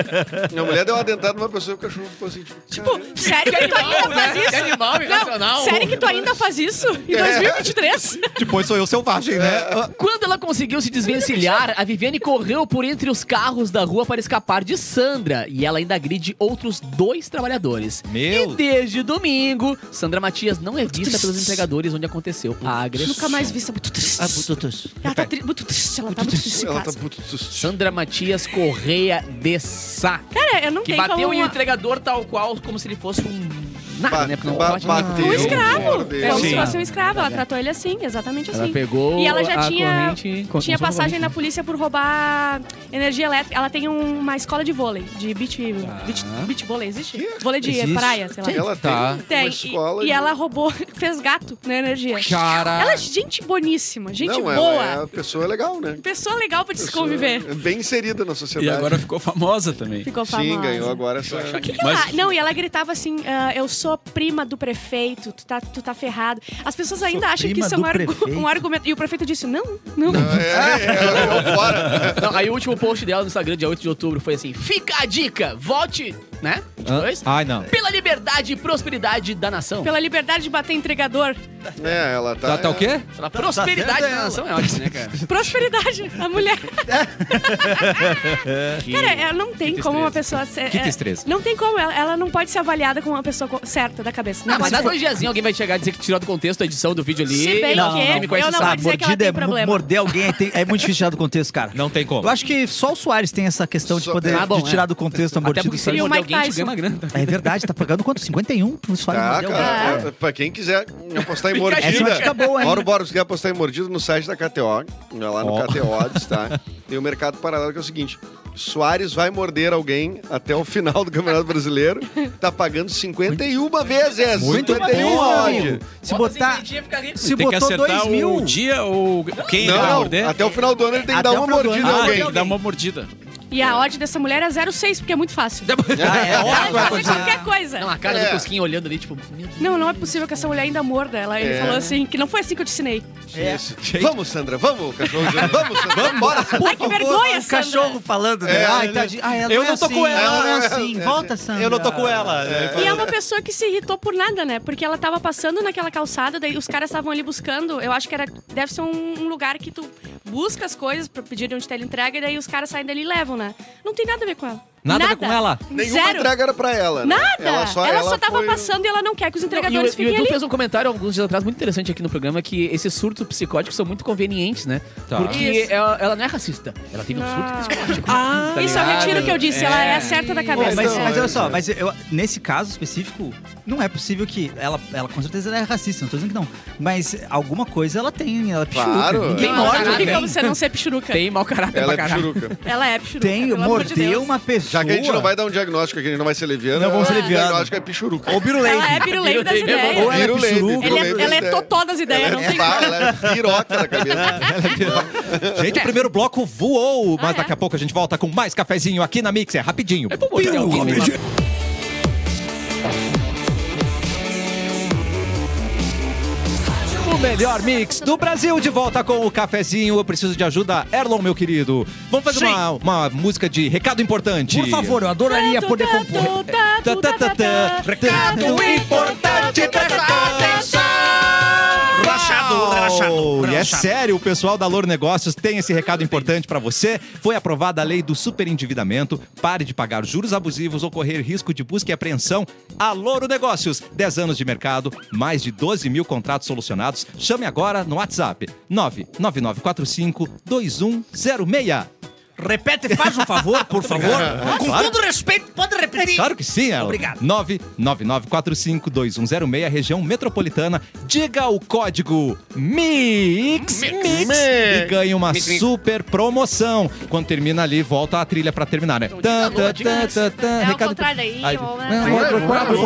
E: a mulher deu uma dentada numa pessoa e o cachorro ficou assim, tipo...
F: Tipo, sério que tu ainda faz
D: Que é
F: isso?
D: animal, irracional.
F: Não, sério que tu ainda faz isso? Em 2023?
A: Ah, Depois sou eu selvagem, né?
E: É.
D: Quando ela conseguiu se desvencilhar, a Viviane correu por entre os carros da rua para escapar de Sandra. E ela ainda agride outros dois trabalhadores.
A: Meu.
D: E desde domingo, Sandra Matias não é vista pelos entregadores onde aconteceu a agressão.
F: Nunca mais vi isso. É muito triste. Ela tá tri- muito triste. Ela tá muito triste em
E: Ela tá
F: casa.
E: puto. sus-
D: Sandra Matias Correia de Sá.
F: Cara, eu não
D: Que
F: tenho
D: bateu
F: como...
D: em um entregador tal qual, como se ele fosse um. Nada,
E: Ba-
D: né? Porque não
E: ba-
D: pode-
E: bateu.
F: Um
E: Eu
F: escravo.
E: mordei.
F: Como se
G: Sim.
F: fosse um escravo. Ela tratou ele assim, exatamente assim.
D: Ela pegou.
F: E ela já
D: a
F: tinha-
D: corrente-
F: Tinha
D: Como se fosse
F: passagem
D: uma
F: na polícia por roubar energia elétrica. Ela tem um- uma escola de vôlei, de beach, beach, beach vôlei, existe? Vôlei de
D: Existe.
F: praia, sei lá.
E: Ela
D: Tá.
E: tem,
F: Tem,
E: uma
F: e-
E: escola...
F: e,
E: de-
F: ela roubou, fez gato na energia.
A: Cara.
F: Ela é gente boníssima, gente
E: Não,
F: boa.
E: Ela é a pessoa legal, né?
F: Pessoa legal pra se
E: Pessoa
F: conviver.
E: Bem inserida na
G: E
E: sociedade.
G: agora ficou famosa também.
F: Ficou famosa.
E: Sim, ganhou agora essa...
F: Que que
G: Mas-
F: ela- Não, e ela gritava assim: ah, eu sou prima do prefeito, tu tá, tu tá ferrado. As pessoas ainda acham que
C: prima
F: isso é um,
C: do
F: argu-
C: prefeito?
F: um argumento. E o prefeito disse: não, não.
E: É, é, é, é, fora.
D: Não, aí o último post dela no Instagram, dia 8 de outubro, foi assim: Fica a dica, vote, né? 22,
A: Ai, não.
D: Pela liberdade e prosperidade da nação.
F: Pela liberdade de bater entregador.
E: É, ela tá...
A: Tá, tá o quê?
D: Pela prosperidade
C: certa
D: da
C: ela.
D: nação é ótimo, né, cara?
F: Prosperidade, a mulher. Cara, ela não tem como uma pessoa. ser-
A: Que
F: é,
A: destreza.
F: Não tem como, ela, ela não pode ser avaliada como uma pessoa co- certa da cabeça. Não,
D: Ah, mas
F: pode
D: dá
F: ser.
D: dois diazinhos, alguém vai chegar e dizer que tirou do contexto a edição do vídeo ali.
F: Se bem
D: Não,
F: que
D: quem me conhece
F: eu não
D: sabe.
F: vou dizer que ela
C: mordida
F: tem
C: é mo-
F: problema.
C: morder alguém é, tem- é muito difícil tirar do contexto, cara.
A: Não tem como.
C: Eu acho que só o Soares tem essa questão de
E: Só-
C: poder
D: Ah, bom,
C: de tirar
D: é.
C: do contexto a
D: Até
C: mordida.
D: porque se ele
F: E o
D: morder
F: Mike
D: alguém, tu
F: Tyson?
D: ganha uma grana.
C: É verdade, tá pagando quanto? 51 pro Soares
E: Tá,
C: morder alguém.
E: cara.
F: cara.
E: É, Pra quem quiser apostar em
D: Fica
E: mordida.
C: Essa é uma dica boa, hein?
E: Mauro Boros quer apostar em mordida no site da KTO. Vai né, lá no
A: Ó.
E: KTO, Odds, tá? Tem o mercado paralelo que é o seguinte: Soares vai morder alguém até o final do Campeonato Brasileiro. Tá pagando 51 vezes.
A: Muito
E: 51
A: bom,
E: odd.
C: Se
D: assim,
C: botar. Se
G: Tem que
C: botou
G: acertar
C: 2 mil.
G: o dia ou quem ele vai
E: Não,
G: morder.
E: até o final do ano ele tem que
C: Até
E: dar
C: o
E: uma
C: final do
E: mordida
C: ano.
E: em
G: Ah,
E: alguém.
G: tem que dar uma mordida.
F: E a odd dessa mulher é 0,6, porque é muito fácil.
C: Ah, é assim.
F: Ela
C: óbvio.
F: pode fazer assim, qualquer coisa.
D: Não, a cara
E: É.
D: do Cusquinho olhando ali, tipo, meu Deus.
F: Não, não é possível que essa mulher ainda morda. Ela, Ele
E: É.
F: falou assim, que não foi assim que eu te ensinei.
E: Isso. É. Vamos, Sandra, vamos, cachorro. Vamos, Sandra, vamos, bora.
F: Ai, que vergonha,
C: O
F: Sandra.
C: um cachorro falando, né?
E: É,
C: Ai,
E: ele-
C: tadinho. Ah, ela
A: Eu
C: é
A: não tô
C: assim,
A: com ela,
C: Ela não é
E: eu-
C: assim.
E: eu-
C: Volta, Sandra.
A: Eu não tô com ela.
F: E é uma pessoa que se irritou por nada, né? Porque ela tava passando naquela calçada, daí os caras estavam ali buscando. Eu acho que era, deve ser um, um lugar que tu busca as coisas pra pedir de onde tela entrega, e daí os caras saem dali e levam, né? Não tem nada a ver com ela.
A: Nada a ver com ela?
E: Nenhuma
F: Zero.
E: entrega era pra ela. né?
F: Nada! Ela só, tava
E: foi-
F: passando e ela não quer que os
D: E o,
F: entregadores
D: e o
F: fiquem
D: Edu
F: ali.
D: fez um comentário alguns dias atrás muito interessante aqui no programa que esses surtos psicóticos são muito convenientes, né?
A: Tá.
D: Porque
F: Isso.
D: ela, ela não é racista. Ela teve um surto
F: Não.
D: psicótico.
A: Ah,
D: tá
F: Isso eu
D: ligado?
F: retiro o que eu disse, ela é certa da
C: Pô,
F: cabeça.
C: mas,
E: Não,
C: mas
E: é-
C: olha só, mas eu- nesse caso específico, não é possível que. Ela, ela com certeza ela é racista, não tô dizendo que não. Mas alguma coisa ela tem, ela é pichuca.
E: Claro,
C: Ninguém
F: Não,
D: morde
F: não é tem
D: alguém.
F: como você não ser pichuruca.
D: Tem mau caráter
E: Ela
D: pra
E: é
D: caralho.
E: churuca.
F: Ela é pichuruca.
C: tem,
F: pelo amor de
C: mordeu
F: Deus.
C: uma
E: Já que a gente
C: sua.
E: não vai dar um diagnóstico aqui, a gente não vai ser leviano.
C: Não vamos ser
E: o
C: leviano.
E: diagnóstico é pichuruca.
C: Ou Birulei.
F: Ela é pirulei das ideias.
C: Ou ela é
E: Virulei,
C: pichuruca.
F: Ele
E: virulei
F: é-
E: das
F: Ela é
E: ideias.
F: totó das ideias, não
E: Ela é
F: tem
E: pá,
F: como.
E: ela é piroca da cabeça.
A: Gente, o primeiro bloco voou, mas
F: Ah, é?
A: daqui a pouco a gente volta com mais cafezinho aqui na Mix. É rapidinho.
D: Vou botar alguém né? numa-
A: O melhor mix do Brasil de volta com o cafezinho. Eu preciso de ajuda, Erlon, meu querido. Vamos fazer
C: Sim.
A: uma, uma música de recado importante.
C: Por favor, eu adoraria poder compor.
A: Tá, tá, tá, tá. Recado importante, presta atenção!
C: Relaxado,
A: E
C: relaxado,
A: é
C: relaxado.
A: sério, o pessoal da Loro Negócios tem esse recado importante pra você. Foi aprovada a lei do superendividamento. Pare de pagar juros abusivos ou correr risco de busca e apreensão. A Loro Negócios, 10 anos de mercado, mais de 12 mil contratos solucionados. Chame agora no WhatsApp 99945 2106.
C: Repete, faz um favor, por favor. Com
A: Claro.
C: todo respeito, pode repetir.
A: Claro que sim, Ela.
C: Obrigado.
A: 999452106, região metropolitana. Diga o código MIX, MIX e ganhe uma super promoção. Quando termina ali, volta a trilha pra terminar, né? Tan, tan, tan, tan, tan.
F: É ao
A: Recado-
F: contrário aí, né?
A: Ai,
F: ou-
A: não,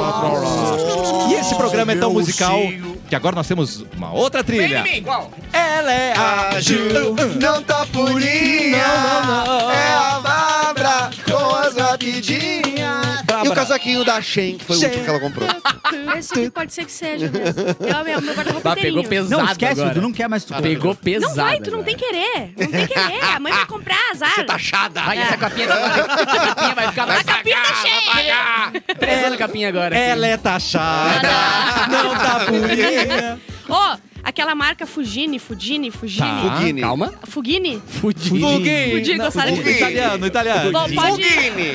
A: outro- E esse programa é tão musical que agora nós temos uma outra
D: né?
A: trilha. Ela é ágil.
E: Não tá purinha. É a Bárbara com as rapidinhas. E o casaquinho da Shen, que foi o último que ela comprou.
F: Esse aqui pode ser que seja mesmo. Eu mesmo, meu guarda-roupa
D: Bah, pegou
F: inteirinho.
D: pesado
C: Não, esquece,
D: agora.
C: tu não quer mais tu.
D: Pegou pesado. né?
F: Não vai, tu não tem querer. Não tem querer. A mãe vai comprar, azar. Você tá
D: Chada. Vai, essa capinha tá... Essa capinha vai ficar...
F: A capinha tá cheia.
D: Três anos capinha agora.
A: Ela é taxada, não tá purinha.
F: Ó, aquela marca Fugini, Fugini, Fugini.
A: Tá.
E: Fugini.
D: Ah, Calma.
F: Ah, Fugini?
A: Fuguinho.
F: Fudir, gostaram de
E: Fuguinho.
A: Italiano, italiano.
F: Bom, pode...
E: Fugini.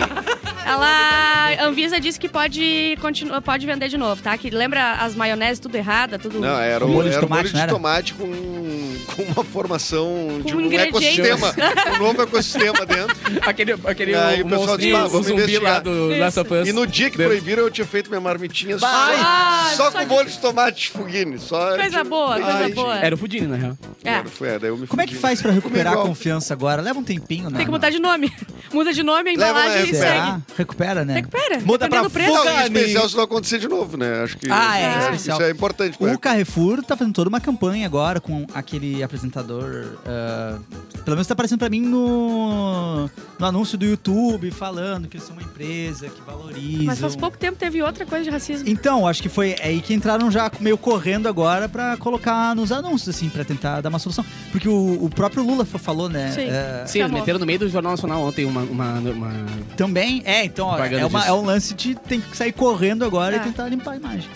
F: Ela... A Anvisa disse que pode, continua, pode vender de novo, tá? Que lembra as maioneses tudo errada, tudo...
E: Não, era
C: Um
E: um,
C: molho de
E: era um
C: tomate,
E: molho
C: não
E: de
C: era?
E: tomate com, com uma formação de
F: Com
E: um
F: ingredientes.
E: ecossistema. Um novo ecossistema dentro.
D: Aquele, aquele
E: Aí
D: o
E: o pessoal diz,
D: monstrinho,
E: "Ah,
D: o
E: vamos
D: zumbi lá
E: investigar."
D: do Last of Us.
E: E no dia que proibiram, eu tinha feito minha marmitinha só,
F: Ai,
E: só
F: Ah, só
E: com
F: de-
E: molho de tomate Fugini. Só tipo,
F: Coisa boa, coisa
E: Ai, um
F: boa.
D: Era o Fudini, na real.
F: É.
E: Claro, foi, daí eu me
C: Como é que
E: fudi.
C: faz pra recuperar a
E: Comigo, ó.
C: confiança agora? Leva um tempinho, né?
F: Tem que mudar de nome. Muda de nome, a
E: Leva na
F: embalagem e
E: referência.
F: segue.
C: Será? Recupera, né?
F: Recupera.
A: Muda pra
F: dependendo do preço.
E: Não, em
A: Fugani.
E: especial se não acontecer de novo, né? Acho que
C: Ah, é,
E: acho que
C: especial.
E: isso é importante.
C: O
E: né?
C: Carrefour tá fazendo toda uma campanha agora com aquele apresentador. ah, pelo menos tá aparecendo pra mim no, no anúncio do YouTube, falando que eles são uma empresa que valoriza.
F: Mas faz pouco tempo teve outra coisa de racismo.
C: Então, acho que foi aí que entraram já meio correndo agora pra colocar nos anúncios, assim, pra tentar dar uma solução. Porque o, o próprio Lula fa- falou, né?
F: Sim.
C: ah,
D: Sim, eles
F: Chamou.
D: meteram no meio do Jornal Nacional ontem uma... uma, uma...
C: também, é, então, ó,
D: Propaganda
C: é, uma-
D: disso.
C: é um lance de tem que sair correndo agora
F: É.
C: e tentar limpar a imagem.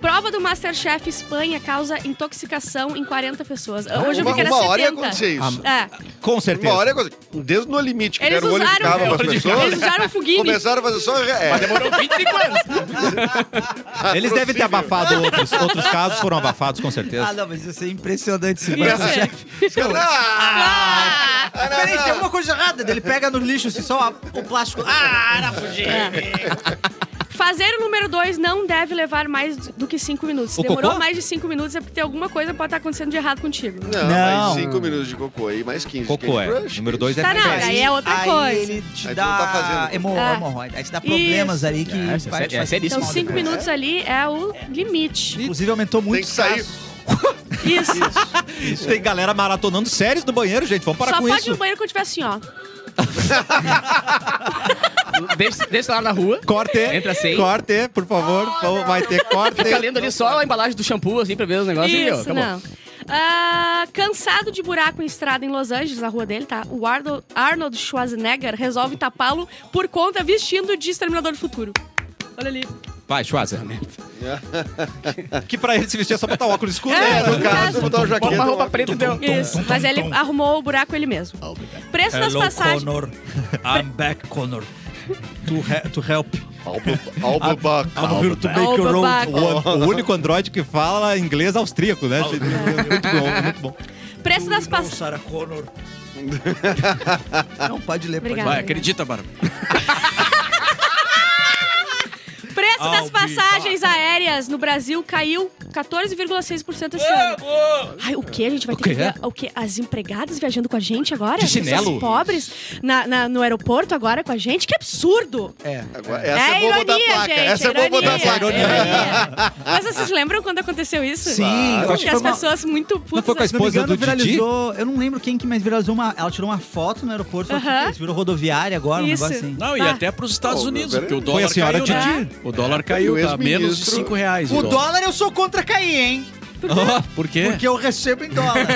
F: Prova do Masterchef Espanha causa intoxicação em 40 pessoas. Hoje eu
E: uma,
F: vi que era
E: uma hora ia
F: 70.
E: acontecer
C: Ah,
E: isso.
F: É.
A: Com
E: Uma
A: certeza.
E: hora ia acontecer. Desde no limite, que
F: Eles
E: deram o olho de
F: usaram-
E: cava pras
F: Eles
E: pessoas.
F: usaram um o Fugini.
E: Começaram a fazer só... É,
D: Demorou 25 anos.
A: Eles devem ter abafado outros. Outros casos foram abafados, com
C: Ah,
A: certeza.
C: não, mas isso é impressionante esse
F: Masterchef.
E: Ah,
F: Ah!
C: Peraí, tem alguma coisa errada. Ele pega no lixo assim, só o plástico. Ah, era fugir.
F: É. Fazer o número 2 não deve levar mais do que 5 minutos. Se
A: O
F: demorou
A: cocô?
F: mais de 5 minutos é porque tem alguma coisa que pode estar acontecendo de errado contigo.
C: Não.
E: Não, mais 5 minutos de cocô aí, mais 15.
A: Cocô é. Número dois é
F: Tá
A: Candy
F: nada,
A: Crush.
F: aí é outra
C: aí
F: coisa.
C: ele te
E: Aí tu
C: dá
E: não tá fazendo.
C: hemo-
F: Ah.
C: hemorroida. Aí te dá problemas ali que
D: É, isso é
C: vai te
D: sério- é
C: fazer
D: seríssimo.
F: Então,
C: mal
F: 5
C: depois.
F: minutos ali é o limite.
C: Inclusive, aumentou muito
E: Tem que sair.
F: Isso.
A: Tem galera maratonando séries no banheiro, gente. Vamos parar
F: Só
A: com
F: pode ir
A: isso.
F: no banheiro quando tiver assim, ó.
D: Deixa, deixa lá na rua.
A: Corte.
D: Entra sem.
A: Corte, por favor. Vamos- Vai ter corte.
D: Fica lendo ali só a embalagem do shampoo, assim, pra ver os negócios. e, ó,
F: Isso,
D: acabou.
F: não. Ah, cansado de buraco em estrada em Los Angeles, na rua dele, tá? O Ardo- Arnold Schwarzenegger resolve tapá-lo por conta vestindo de Exterminador do Futuro. Olha ali.
A: Vai, Schwaza. que pra ele se vestir é só botar o óculos escuro. né?
F: É,
E: No caso,
F: caso.
E: botar o
D: Bota
E: jaqueta.
D: uma roupa preta, então.
F: Isso. Mas ele arrumou o buraco ele mesmo.
A: Ah,
C: É
F: Preço das Então, passagens.
C: Connor. I'm back, Connor. To, he- to help. Ah,
E: Albubac.
C: to
F: Oh, babaca.
A: O, o único androide que fala inglês austríaco, né? gente? muito bom, é muito bom.
F: Preço das passagens.
C: Sarah Connor. Não, pode ler. pode
F: Obrigada.
C: ler.
G: Vai, acredita, Bárbara.
F: Preço preço das passagens aéreas no Brasil caiu 14,6% esse ano. Ai, o que? A gente vai
A: O
F: ter que
A: quê?
F: ver o quê? As empregadas viajando com a gente agora?
A: De
F: As pessoas
A: chinelo?
F: pobres na- na- no aeroporto agora com a gente? Que absurdo!
E: Agora, essa é, boba da
F: ironia,
E: placa.
F: gente.
E: essa é
F: ironia,
E: boba da placa.
A: ironia.
F: ironia. Mas vocês lembram quando aconteceu isso?
C: Sim, eu acho
F: Porque
C: que
F: as
C: foi uma-
F: pessoas muito putas...
A: Não foi com a
C: Se não me
A: esposa
C: engano,
A: do Didi?
C: viralizou. Eu não lembro quem que mais viralizou uma. Ela tirou uma foto no aeroporto, falou que
F: Aham.
C: eles virou rodoviária agora, um
F: Isso.
C: negócio assim.
G: Não, e
F: Ah.
G: até para os Estados
E: Pô,
G: Unidos,
E: peraí.
G: porque o
A: a
G: dólar
A: senhora
G: caiu, né?
A: Didi.
G: O dólar caiu,
E: O
G: tá menos de
E: ex-ministro-
G: 5 reais.
C: O dólar eu sou contra cair, hein?
G: Por quê?
C: Porque eu recebo em dólar.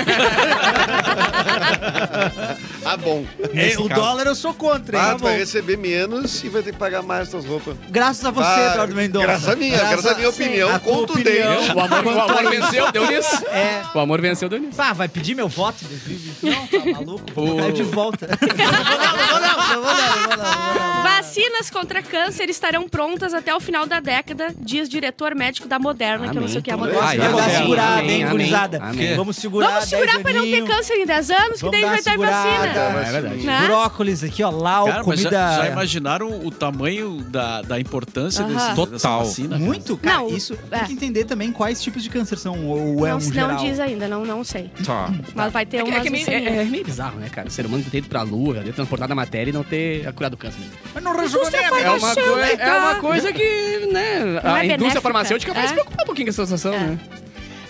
E: Ah, bom.
A: Nesse
C: É, o
A: caso.
C: dólar eu sou contra, hein?
E: Ah,
C: Tá
E: tu vai
C: bom.
E: receber menos e vai ter que pagar mais suas roupas.
C: Graças a você,
E: Ah,
C: Eduardo Mendonça.
E: Graças a minha, graças a minha opinião.
C: A tua
E: contundente.
C: opinião.
D: O amor, o amor venceu, deu nisso.
C: É.
D: O amor venceu, deu nisso.
C: Pá, vai pedir meu voto em 2020? Não, tá maluco? Vou
G: Ô.
C: botar de volta. não, não, não, não, não, não, não, não.
F: Vacinas contra câncer estarão prontas até o final da década, diz diretor médico da Moderna, que eu não sei o que é a
D: Amém.
F: Moderna.
A: Ai,
C: Vamos
A: Amém,
C: dar segurada,
D: amém,
C: hein,
D: amém,
C: gurizada?
D: amém.
C: Vamos segurar
F: Vamos segurar
C: dez
F: pra não ter
C: aninhos.
F: câncer em 10 anos, que
C: Vamos
F: daí
C: dar
F: vai ter vacina.
C: segurada.
E: Vai
G: É verdade.
E: subir.
F: Né?
C: Brócolis aqui, ó, lau,
G: Cara, mas
C: comida...
G: já, já imaginaram o tamanho da, da importância
F: Aham.
G: desse, dessa
A: Total.
G: vacina? cara?
C: Muito, cara,
F: Não,
C: isso
F: é.
C: tem que entender também quais tipos de câncer são, ou é
F: não,
C: um
F: não
C: geral.
F: diz ainda, não, não sei.
A: Tá.
F: Mas vai ter
D: É, que-
F: uma.
D: é que é meio, é- é meio bizarro, né, cara? O ser humano ter ido pra lua, ter transportado a matéria e não ter curado o câncer.
C: Mas não resolveu nem a
D: É
C: merda.
D: uma, coi- é uma coisa que, né,
F: Não
D: a
F: é
D: indústria
F: benéfica.
D: farmacêutica vai
F: É.
D: se preocupar um pouquinho com essa situação,
F: É.
D: né?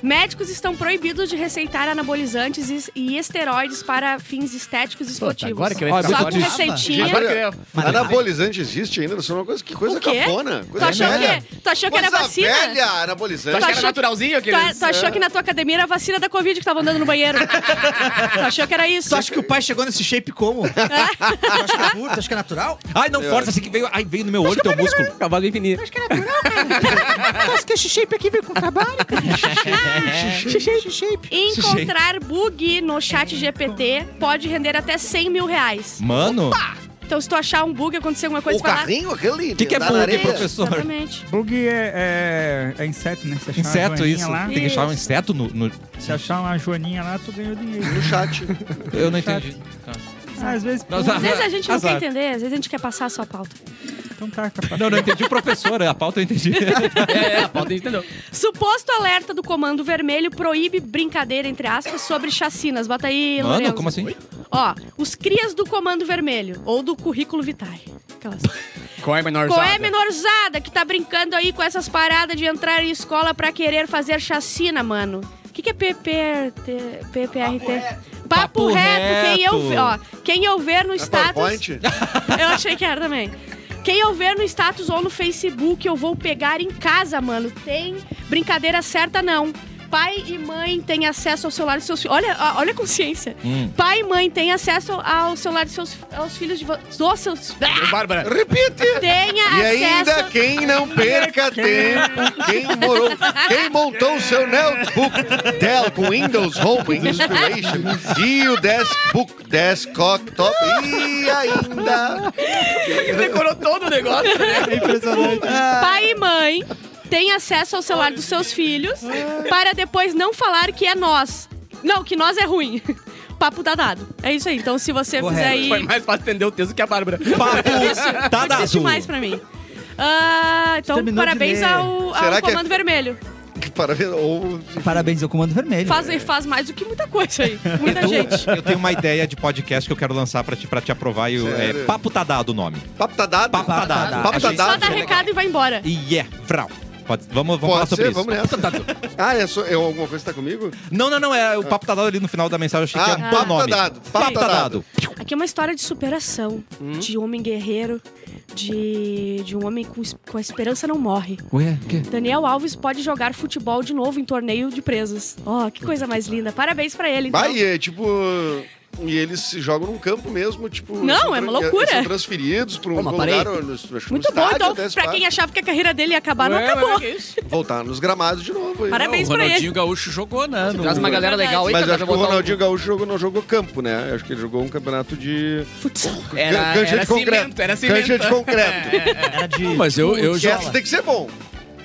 F: Médicos estão proibidos de receitar anabolizantes e- e esteroides para fins estéticos e
D: Puta,
F: esportivos.
D: agora que eu ia
A: Ó,
D: ficar
F: Só
A: muito
F: com
A: triste.
F: receitinha.
D: Agora que eu ia-
E: tá Anabolizante existe ainda? Isso é uma coisa, que coisa
F: O quê?
E: cafona.
F: Tu
E: Coisa
F: achou,
E: é velha.
F: que, tu achou que era
E: coisa
F: vacina?
E: velha,
D: Tu
E: anabolizante.
D: acha que era
F: achou-
D: naturalzinho
F: Tu,
D: aquele...
F: tu achou que na tua academia era a vacina da Covid que tava andando no banheiro? tu achou que era isso?
C: Tu acha que o pai chegou nesse shape como? tu acha que é puro? Tu acha que é natural?
A: Ai, não força, assim que veio. Ai, veio no meu olho teu músculo.
D: Cavalo infinito.
C: Tu acha que esse shape aqui veio com trabalho?
F: Encontrar bug no chat GPT pode render até 100 mil reais.
A: Mano,
F: Então, se tu achar um bug, acontecer alguma coisa,
E: O
F: tu vai lá-
E: carrinho aquele.
A: o que, que é
E: da
A: bug,
E: areia.
A: professor?
F: Exatamente.
H: Bug é, é- é inseto, né? Você achar uma
A: Inseto,
H: joaninha
A: isso.
H: Lá,
A: Tem que achar um inseto no. no-
H: se achar uma joaninha lá, tu ganhou dinheiro.
E: No chat.
A: Eu não entendi.
H: Às vezes,
A: Nós-
F: Às vezes a gente não
A: Azar.
F: quer entender, às vezes a gente quer passar a sua pauta.
H: então tá, capaz.
A: Não, não entendi o professor, a pauta eu entendi.
D: É, é, a pauta a gente entendeu.
F: Suposto alerta do Comando Vermelho proíbe brincadeira, entre aspas, sobre chacinas. Bota aí,
A: Mano,
F: Lorenzo.
A: como assim?
F: Ó, os crias do Comando Vermelho, ou do Currículo Vitae. Aquelas...
D: Qual é a menor
F: Qual é
D: usada?
F: menorzada que tá brincando aí com essas paradas de entrar em escola pra querer fazer chacina, mano? O que, que é PPRT? PPRT? Papo,
A: Papo
F: reto. Quem eu,
A: reto.
F: ve- ó, quem eu ver no
E: É
F: status.
E: PowerPoint.
F: Eu achei que era também. Quem eu ver no status ou no Facebook, eu vou pegar em casa, mano. Tem brincadeira certa, não. Pai e mãe têm acesso ao celular dos seus filhos. Olha, ó, olha a consciência.
A: Hum.
F: Pai e mãe têm acesso ao celular dos seus aos filhos de vo- dos seus.
D: Bárbara.
E: Repite.
F: Tenha
E: E
F: acesso.
E: ainda quem não perca tempo, quem morou, quem montou o seu notebook Dell com Windows Home Installation e o desktop, desktop e ainda
D: Decorou todo o negócio. né?
C: É impressionante.
F: Pai e mãe têm acesso ao celular dos seus filhos para depois não falar que é nós. Não, que nós é ruim. Papo danado. É isso aí. Então, se você
C: Correto.
F: fizer
D: Foi
F: aí.
D: mais fácil entender o texto que a Bárbara.
A: Papo tá
F: Não existe
A: dado.
F: mais pra mim. Ah, então,
C: Terminou de
F: parabéns
C: ler.
F: ao, ao
E: Será que é-
F: Comando Vermelho.
E: para ver ou
C: Parabéns ao Comando Vermelho.
F: Faz, faz mais do que muita coisa aí. Muita
A: Então,
F: gente.
A: Eu tenho uma ideia de podcast que eu quero lançar pra te, pra te aprovar. E, o- é,
E: Sério?
A: Papo tá dado o nome.
E: papo tá dado.
A: Papo tá
C: tá
A: dado.
C: dado.
E: Papo tá
A: A gente-
E: dado.
F: Só dá recado e vai embora.
A: E é, Frau. Pode- vamos vamos falar
E: Pode
A: sobre
E: ser,
A: isso. tá
E: vamos nessa. Ah, é só, é alguma coisa que tá comigo?
A: Não, não, não. É, o papo tá dado ali no final da mensagem. Eu achei que
E: Ah,
A: era o
E: papo tá
A: nome.
E: dado, papo
A: Papo
E: tá
A: tá
E: dado.
A: dado.
F: Aqui é uma história de superação,
E: Hum?
F: de homem guerreiro, de, de um homem com, es- com a esperança não morre.
A: Ué, o quê?
F: Daniel Alves pode jogar futebol de novo em torneio de presas. Ó, que coisa mais linda. Parabéns pra ele. Então.
E: Vai, é tipo. E eles se jogam num campo mesmo, tipo.
F: Não,
E: são
F: é uma
E: tran-
F: loucura.
E: São transferidos pra um
D: Pô, mas
E: lugar.
D: parei.
E: ou no- acho que no
F: Muito bom,
E: estádio,
F: então,
E: até esse
F: pra
E: par-
F: quem achava que a carreira dele ia acabar, não
D: Ué,
F: acabou.
D: mas que isso?
E: Voltar nos gramados de novo. aí.
F: Parabéns
G: o
F: pra ele.
G: Ronaldinho Gaúcho jogou, né? no-
D: Traz uma galera legal aí,
E: Mas eu
D: cara,
E: acho que
D: pra
E: o
D: botar um-
E: Ronaldinho Gaúcho jogou, não jogou campo, né? Eu acho que ele jogou um campeonato de.
F: Futsal.
D: Era,
E: Cancha
D: era
E: de concreto.
D: cimento, É, era cimento.
E: Cancha de concreto.
C: Era de...
G: Mas eu, eu
E: O
G: já
E: Jets tem que ser bom.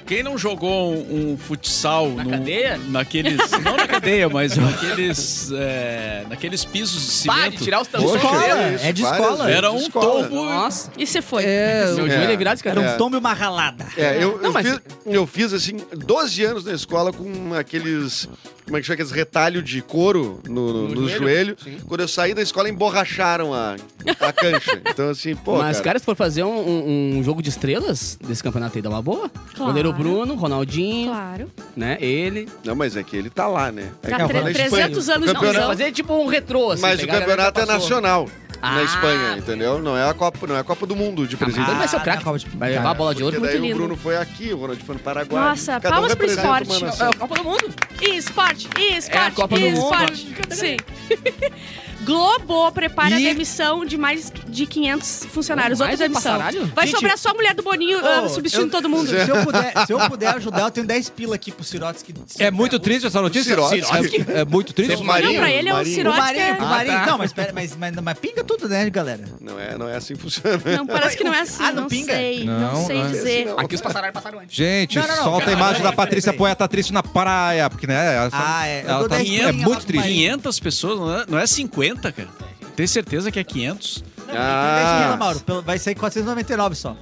G: Quem não jogou um, um futsal
D: Na
G: num-
D: cadeia?
G: naqueles não na cadeia, mas naqueles é, naqueles pisos de
D: Pá,
G: cimento.
D: Então, de tirar os
E: Poxa,
D: tampões.
C: escola,
E: isso,
C: é de
E: várias
C: escola.
G: era
E: vezes
G: um
E: de escola.
G: tombo.
D: Nossa.
F: E se foi.
D: É, meu
E: É.
D: joelho é virado, cara.
C: Era um
E: É.
C: tombo e uma ralada.
E: É, eu,
D: Não,
E: eu,
D: mas-
E: fiz, eu fiz, assim 12 anos na escola com aqueles. Como é que chama? Aqueles retalho de couro no, no, no joelho. Quando eu saí da escola, emborracharam a, a cancha. Então, assim, pô.
D: Mas,
E: cara,
D: cara, se for fazer um, um- um jogo de estrelas desse campeonato aí, dá uma boa.
F: Claro.
D: Goleiro Bruno, Ronaldinho,
F: Claro.
D: né? Ele.
E: Não, mas é que ele tá lá, né? É
F: Tá
E: que eu
F: tre-
E: falo da
F: 300 anos de
D: Não,
E: Campeonato-
D: isso é fazer tipo um retrô, assim.
E: Mas o
D: pegar a galera
E: campeonato
D: que
E: é
D: passou.
E: nacional.
D: Ah,
E: na Espanha, entendeu? Não é a Copa, não é a Copa do Mundo de presente.
D: Então ele vai ser o
C: Ah,
D: craque.
C: na Copa de-
D: Vai levar a bola de ouro. é
E: Porque daí
F: Muito
E: o
F: lindo.
E: Bruno foi aqui, o Ronald foi no Paraguai.
F: Nossa,
E: Cada um
F: palmas pro
E: representa uma
F: esporte.
E: nação.
D: É a Copa do Mundo.
F: E esporte, e esporte,
D: É a Copa
F: e
D: do Mundo.
F: esporte. Sim. Globo prepara
D: E-
F: a demissão de mais de 500 funcionários.
D: Oh,
F: Outra
D: mais um
F: demissão.
D: passaralho?
F: Vai
C: Gente,
F: sobrar só a mulher do Boninho
C: Ô,
F: ah, substituindo
C: eu-
F: todo mundo.
C: Se eu, puder, se eu puder ajudar, eu tenho 10 pila aqui pro Sirotsky.
A: É muito triste essa notícia?
E: Sirotsky.
A: É muito triste.
E: Teve
F: Não,
E: Marinho,
F: pra ele é o
E: Marinho.
C: O
F: Sirote que
C: Marinho,
F: é...
C: o
A: Ah,
C: Marinho.
A: tá.
C: Não, mas, pera, mas, mas, mas pinga tudo, né, galera?
E: Não é, não é assim que funciona. assim,
F: Não, parece que não é assim.
C: Ah, não
F: não
C: pinga?
F: sei, não,
A: Não,
F: sei
A: não é.
F: dizer.
D: Aqui os passarários passaram antes.
A: Gente,
C: Não, não, não,
A: solta
C: cara,
A: a imagem
C: peraí,
A: da
C: peraí,
A: Patrícia
C: peraí.
A: Poeta triste na praia, porque, né? ela-
C: Ah, é. Eu
A: ela
C: dou
A: tá-
C: 10
A: é
C: pilinha lá
A: muito
C: pro
A: triste.
C: Marinho.
G: 500 pessoas, não é, não é 50, cara. Tem certeza que é 500?
C: Não, tem
E: Ah.
C: 10 pila, Mauro. Pelo- Vai sair 499 só.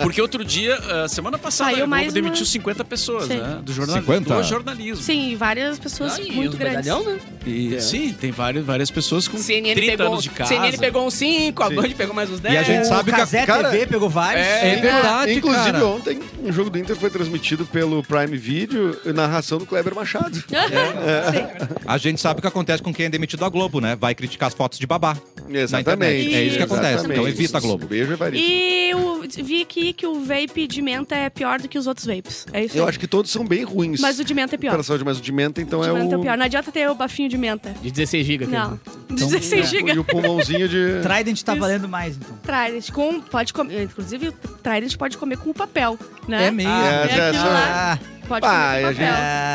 G: Porque outro dia, eh, semana passada,
F: Saiu
G: o Globo
F: mais uma-
G: demitiu 50 pessoas,
F: Sim.
G: né? Do jornalismo.
A: 50?
G: Do jornalismo.
F: Sim, e várias pessoas
D: Ah, e
F: muito
D: os
F: grandes.
D: medalhão, né?
G: E, sim, tem várias, várias pessoas com
D: CNN
G: 30
D: pegou,
G: anos de casa.
D: CNN pegou uns 5, a Band pegou mais uns 10.
A: E a gente sabe
C: o
A: que a-
C: Cazé
E: cara-
C: TV pegou vários.
A: É verdade,
E: Inclusive,
A: cara.
E: ontem, um jogo do Inter foi transmitido pelo Prime Video, narração do Kleber Machado.
A: A gente sabe o que acontece com quem é demitido da Globo, né? Vai criticar as fotos de babá.
E: Exatamente. Um
F: É isso que
A: acontece, então evita a Globo.
E: Beijo, Evaristo.
F: E eu vi aqui que o vape de menta é pior do que os outros vapes. É isso
E: Eu
F: aí.
E: acho que todos são bem ruins.
F: Mas o de menta é pior.
E: Comparação de- Mas o de menta, então,
F: O de
E: é
F: menta é
E: o...
F: pior. Não adianta ter o bafinho de menta.
D: De 16 GB.
F: Não.
D: Então,
F: 16
D: né,
E: E
F: gigas.
E: o pulmãozinho de...
C: Trident tá valendo mais, então.
F: Trident com, pode comer, inclusive o Trident pode comer com o papel, né?
C: É mesmo.
E: É,
F: já-
C: aquilo
F: já-
C: lá.
F: Pode
E: Ah,
F: comer com
E: a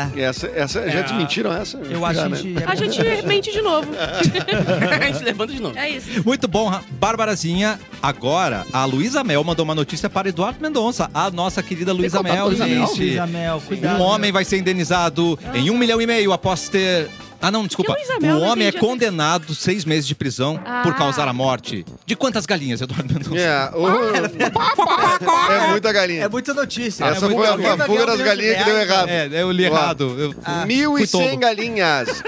F: papel.
C: É,
E: Essa, essa, Já desmentiram essa?
C: eu acho
E: Já,
C: que a
E: né?
C: gente...
F: A gente mente de novo.
D: a gente levanta de novo.
F: É isso.
A: Muito bom, Ra- Barbarazinha. Agora, a Luísa Mel mandou uma notícia para Eduardo Mendonça. A nossa querida Luísa
D: contato com a
A: Mel,
D: Luísa
C: é.
D: Mel?
A: gente.
C: Luísa Mel, cuidado.
A: Um homem vai ser indenizado em um milhão e meio após ter. Ah, não, desculpa.
F: Que Luísa Mel?
A: O
F: Não
A: homem é
F: entendi até-
A: condenado seis meses de prisão por
F: Ah.
A: causar a morte. De quantas galinhas, Eduardo Mendonça?
E: É,
C: Ah,
E: o- é muita galinha.
C: É muita notícia.
E: Essa
C: é
E: foi
C: muita
E: a-
C: notícia.
E: a fuga das galinhas que deu errado.
A: É, eu li
E: Ó.
A: errado. Eu
C: ah,
D: Ah.
A: fui- fui
E: 1.100
A: tolo.
E: galinhas.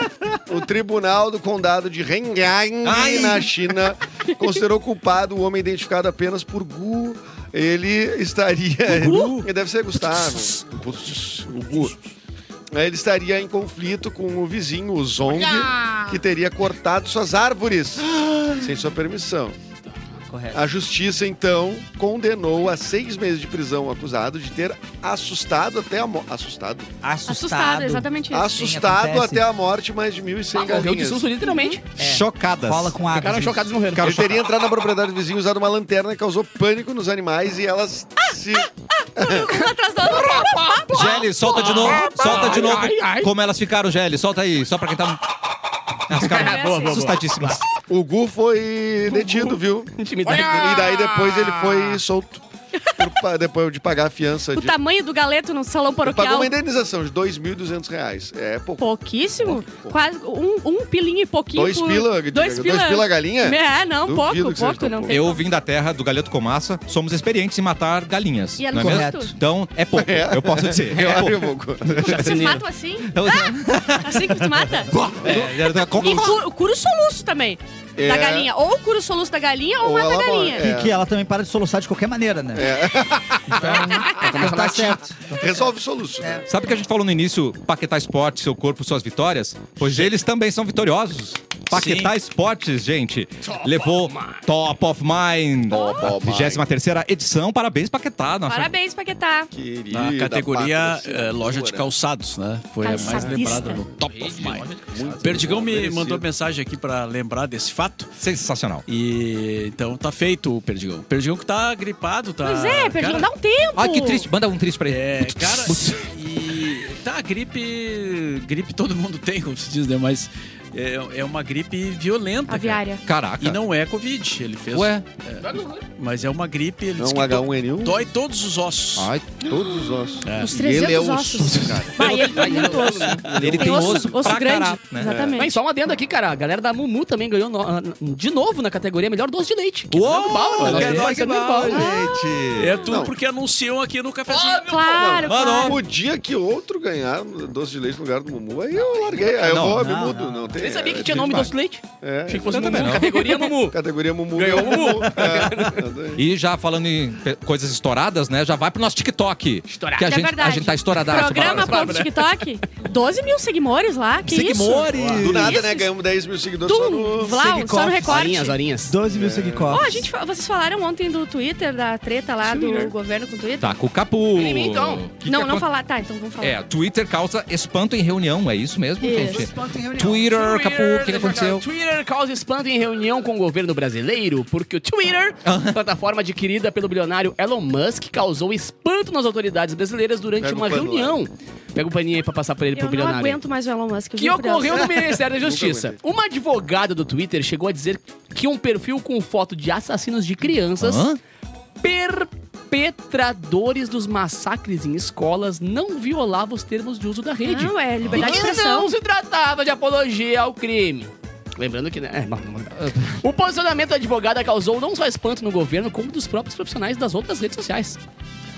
E: O tribunal do condado de Hengang,
A: Ai.
E: na China, considerou culpado o homem identificado apenas por Gu. Ele estaria. Gu? Deve ser Gustavo. O Gu. Ele estaria em conflito com o vizinho, o Zong, que teria cortado suas árvores sem sua permissão.
C: Correto.
E: A justiça, então, condenou a seis meses de prisão o acusado de ter assustado até a morte. Assustado?
C: Assustado.
F: Assustado, exatamente isso.
E: assustado
C: acontece.
E: até a morte mais de 1.100
D: Ah, morreu de
E: galinhas.
D: susto, literalmente.
A: Chocadas.
C: Cola com água.
D: Ficaram
C: gente.
D: chocados e morreram.
E: Ele teria entrado na propriedade do vizinho, usado uma lanterna, causou pânico nos animais e elas se...
F: Um atrás do outro.
A: Gelli, solta de novo. Solta de novo.
D: ai, ai.
A: Como elas ficaram, Gelli. Solta aí, só pra quem tá. Elas
F: Boa, boa,
A: ficaram
F: boa.
A: assustadíssimas.
E: O Gu foi detido, viu?
D: Intimidade.
E: E daí depois ele foi solto. Por pa- Depois de pagar a fiança.
F: O
E: De...
F: tamanho do galeto no salão
E: Ele Pagou
F: paroquial.
E: uma indenização de 2.200 reais. É pouco.
F: Pouquíssimo? Quase um, um pilinho e pouquinho.
E: Dois
F: por-
E: pila,
F: Dois
E: Diego,
F: pila.
E: dois pila a galinha?
F: É, não,
E: Duvido
F: pouco,
E: que seja
F: pouco.
E: tão
F: Não
E: pouco.
F: tem
A: Eu
F: como.
A: vim da terra do Galeto Comassa, somos experientes em matar galinhas.
F: E é
A: não é mesmo?
F: justo.
A: Então é pouco,
E: É.
A: eu posso dizer.
E: Eu
A: É pouco.
E: acho pouco.
F: Vocês matam assim?
A: Então,
F: Assim que tu mata?
A: é, é, é, como-
F: E cu, cura o soluço também.
E: É.
F: Da galinha. Ou cura o soluço da galinha ou,
E: Ou
F: mata a
E: ela
F: galinha.
E: morre, é.
C: Que ela também para de soluçar de qualquer maneira, né? É. Então, tá certo.
E: Resolve soluço.
D: É.
E: né?
A: Sabe o que a gente falou no início? Paquetá Esporte, seu corpo, suas vitórias? Pois eles também são vitoriosos. Paquetá Esportes, gente, levou Top of Mind.
E: Top of Mind.
A: 23ª edição. Parabéns, Paquetá. Nossa,
F: Parabéns, Paquetá.
E: Querida
G: Na categoria
E: patrocinadora.
G: eh, loja de calçados, né? Foi a mais
F: Calçadista.
G: lembrada no Top of Mind. Perdigão me
E: merecido.
G: mandou mensagem aqui pra lembrar desse fato.
A: sensacional.
G: E então tá feito o Perdigão. O Perdigão que tá gripado, tá.
F: Pois é, Pedro,
G: cara,
F: dá um tempo.
A: Ai, que triste. Manda um triste pra ele.
G: É, cara, e tá, gripe. Gripe todo mundo tem, como se diz, né? Mas É, é uma gripe violenta. cara.
F: Aviária.
I: Caraca.
G: E não é Covid. Ele fez.
I: Ué,
G: Mas é uma gripe. Ele
E: Não,
G: diz
E: um Ah,
G: que do-
E: H1N1.
G: dói todos os ossos.
E: Ai, todos os ossos.
G: É.
F: Os
E: E ele é
F: 300
E: o
F: ossos.
E: cara.
F: Vai, ele tem muito osso.
I: ele tem osso, pra
F: grande.
I: caralho, né?
D: Bem,
F: Exatamente.
D: só um adendo aqui, cara. A galera da Mumu também ganhou no- ah, de novo na categoria melhor doce de leite. Que
I: Uou,
D: é do Bauer, mano.
I: que é
D: Nossa,
I: Dog
D: é do
I: Bauer,
D: Bauer.
I: gente.
G: né? É tudo
E: Não.
G: porque anunciam aqui no
F: Ah,
G: cafezinho.
F: Claro, claro.
E: O dia que outro ganhar doce de leite no lugar do Mumu, aí eu larguei. Aí eu
I: Não,
E: vou, me
C: não,
E: mudo.
C: não.
E: Não tem.
D: Nem sabia que
E: é,
D: tinha nome doce de leite.
E: É,
D: Achei que fosse
I: Eu também
D: Mumu.
I: não.
D: Categoria Mumu.
E: categoria Mumu.
D: Ganhou
E: é
D: o Mumu.
E: É, tá doido.
I: E já falando em pe- coisas estouradas, né? Já vai pro nosso TikTok.
D: Estourado.
I: Que a
F: É
I: gente, a
F: verdade.
I: gente tá estouradaço.
F: Programa
I: Bárbara.
F: ponto TikTok. 12 mil seguidores lá. Que
I: Seguimores.
E: Do nada,
F: Isso.
E: né? Ganhamos 10 mil seguidores só
F: Tum,
E: no...
F: Vlau, só no recorte.
D: Horinhas, horinhas.
C: 12 mil
F: Ó,
C: seguidores.
F: a gente, fa- vocês falaram ontem do Twitter, da treta lá do governo com o Twitter?
I: Tá com o capu.
D: Em
A: é
D: mim, então.
I: Que que
F: não, não
I: acon-
F: falar. Tá, então vamos falar.
I: É, Twitter causa espanto em reunião, é isso mesmo,
F: Isso.
I: gente? Twitter, capu, o que que aconteceu?
D: Twitter causa espanto em reunião com o governo brasileiro, porque o Twitter,
E: Ah.
D: plataforma adquirida pelo bilionário Elon Musk, causou espanto nas autoridades brasileiras durante
E: Pega o
D: uma
E: pano lá.
D: reunião. Pega o paninho aí pra passar pra ele, pro
F: Eu não
D: bilionário.
F: aguento mais o Elon Musk. eu
D: que
F: juro por Deus.
D: ocorreu no Ministério da Justiça.
E: aguentei.
D: Uma advogada do Twitter chegou a dizer que um perfil com foto de assassinos de crianças,
I: Hã?
D: perpetradores dos massacres em escolas, não violava os termos de uso da rede.
F: Não, é
D: E
F: liberdade de
D: que
F: expressão.
D: não se tratava de apologia ao crime. Lembrando que, né? é, não, não, não. O posicionamento da advogada causou não só espanto no governo, como dos próprios profissionais das outras redes sociais.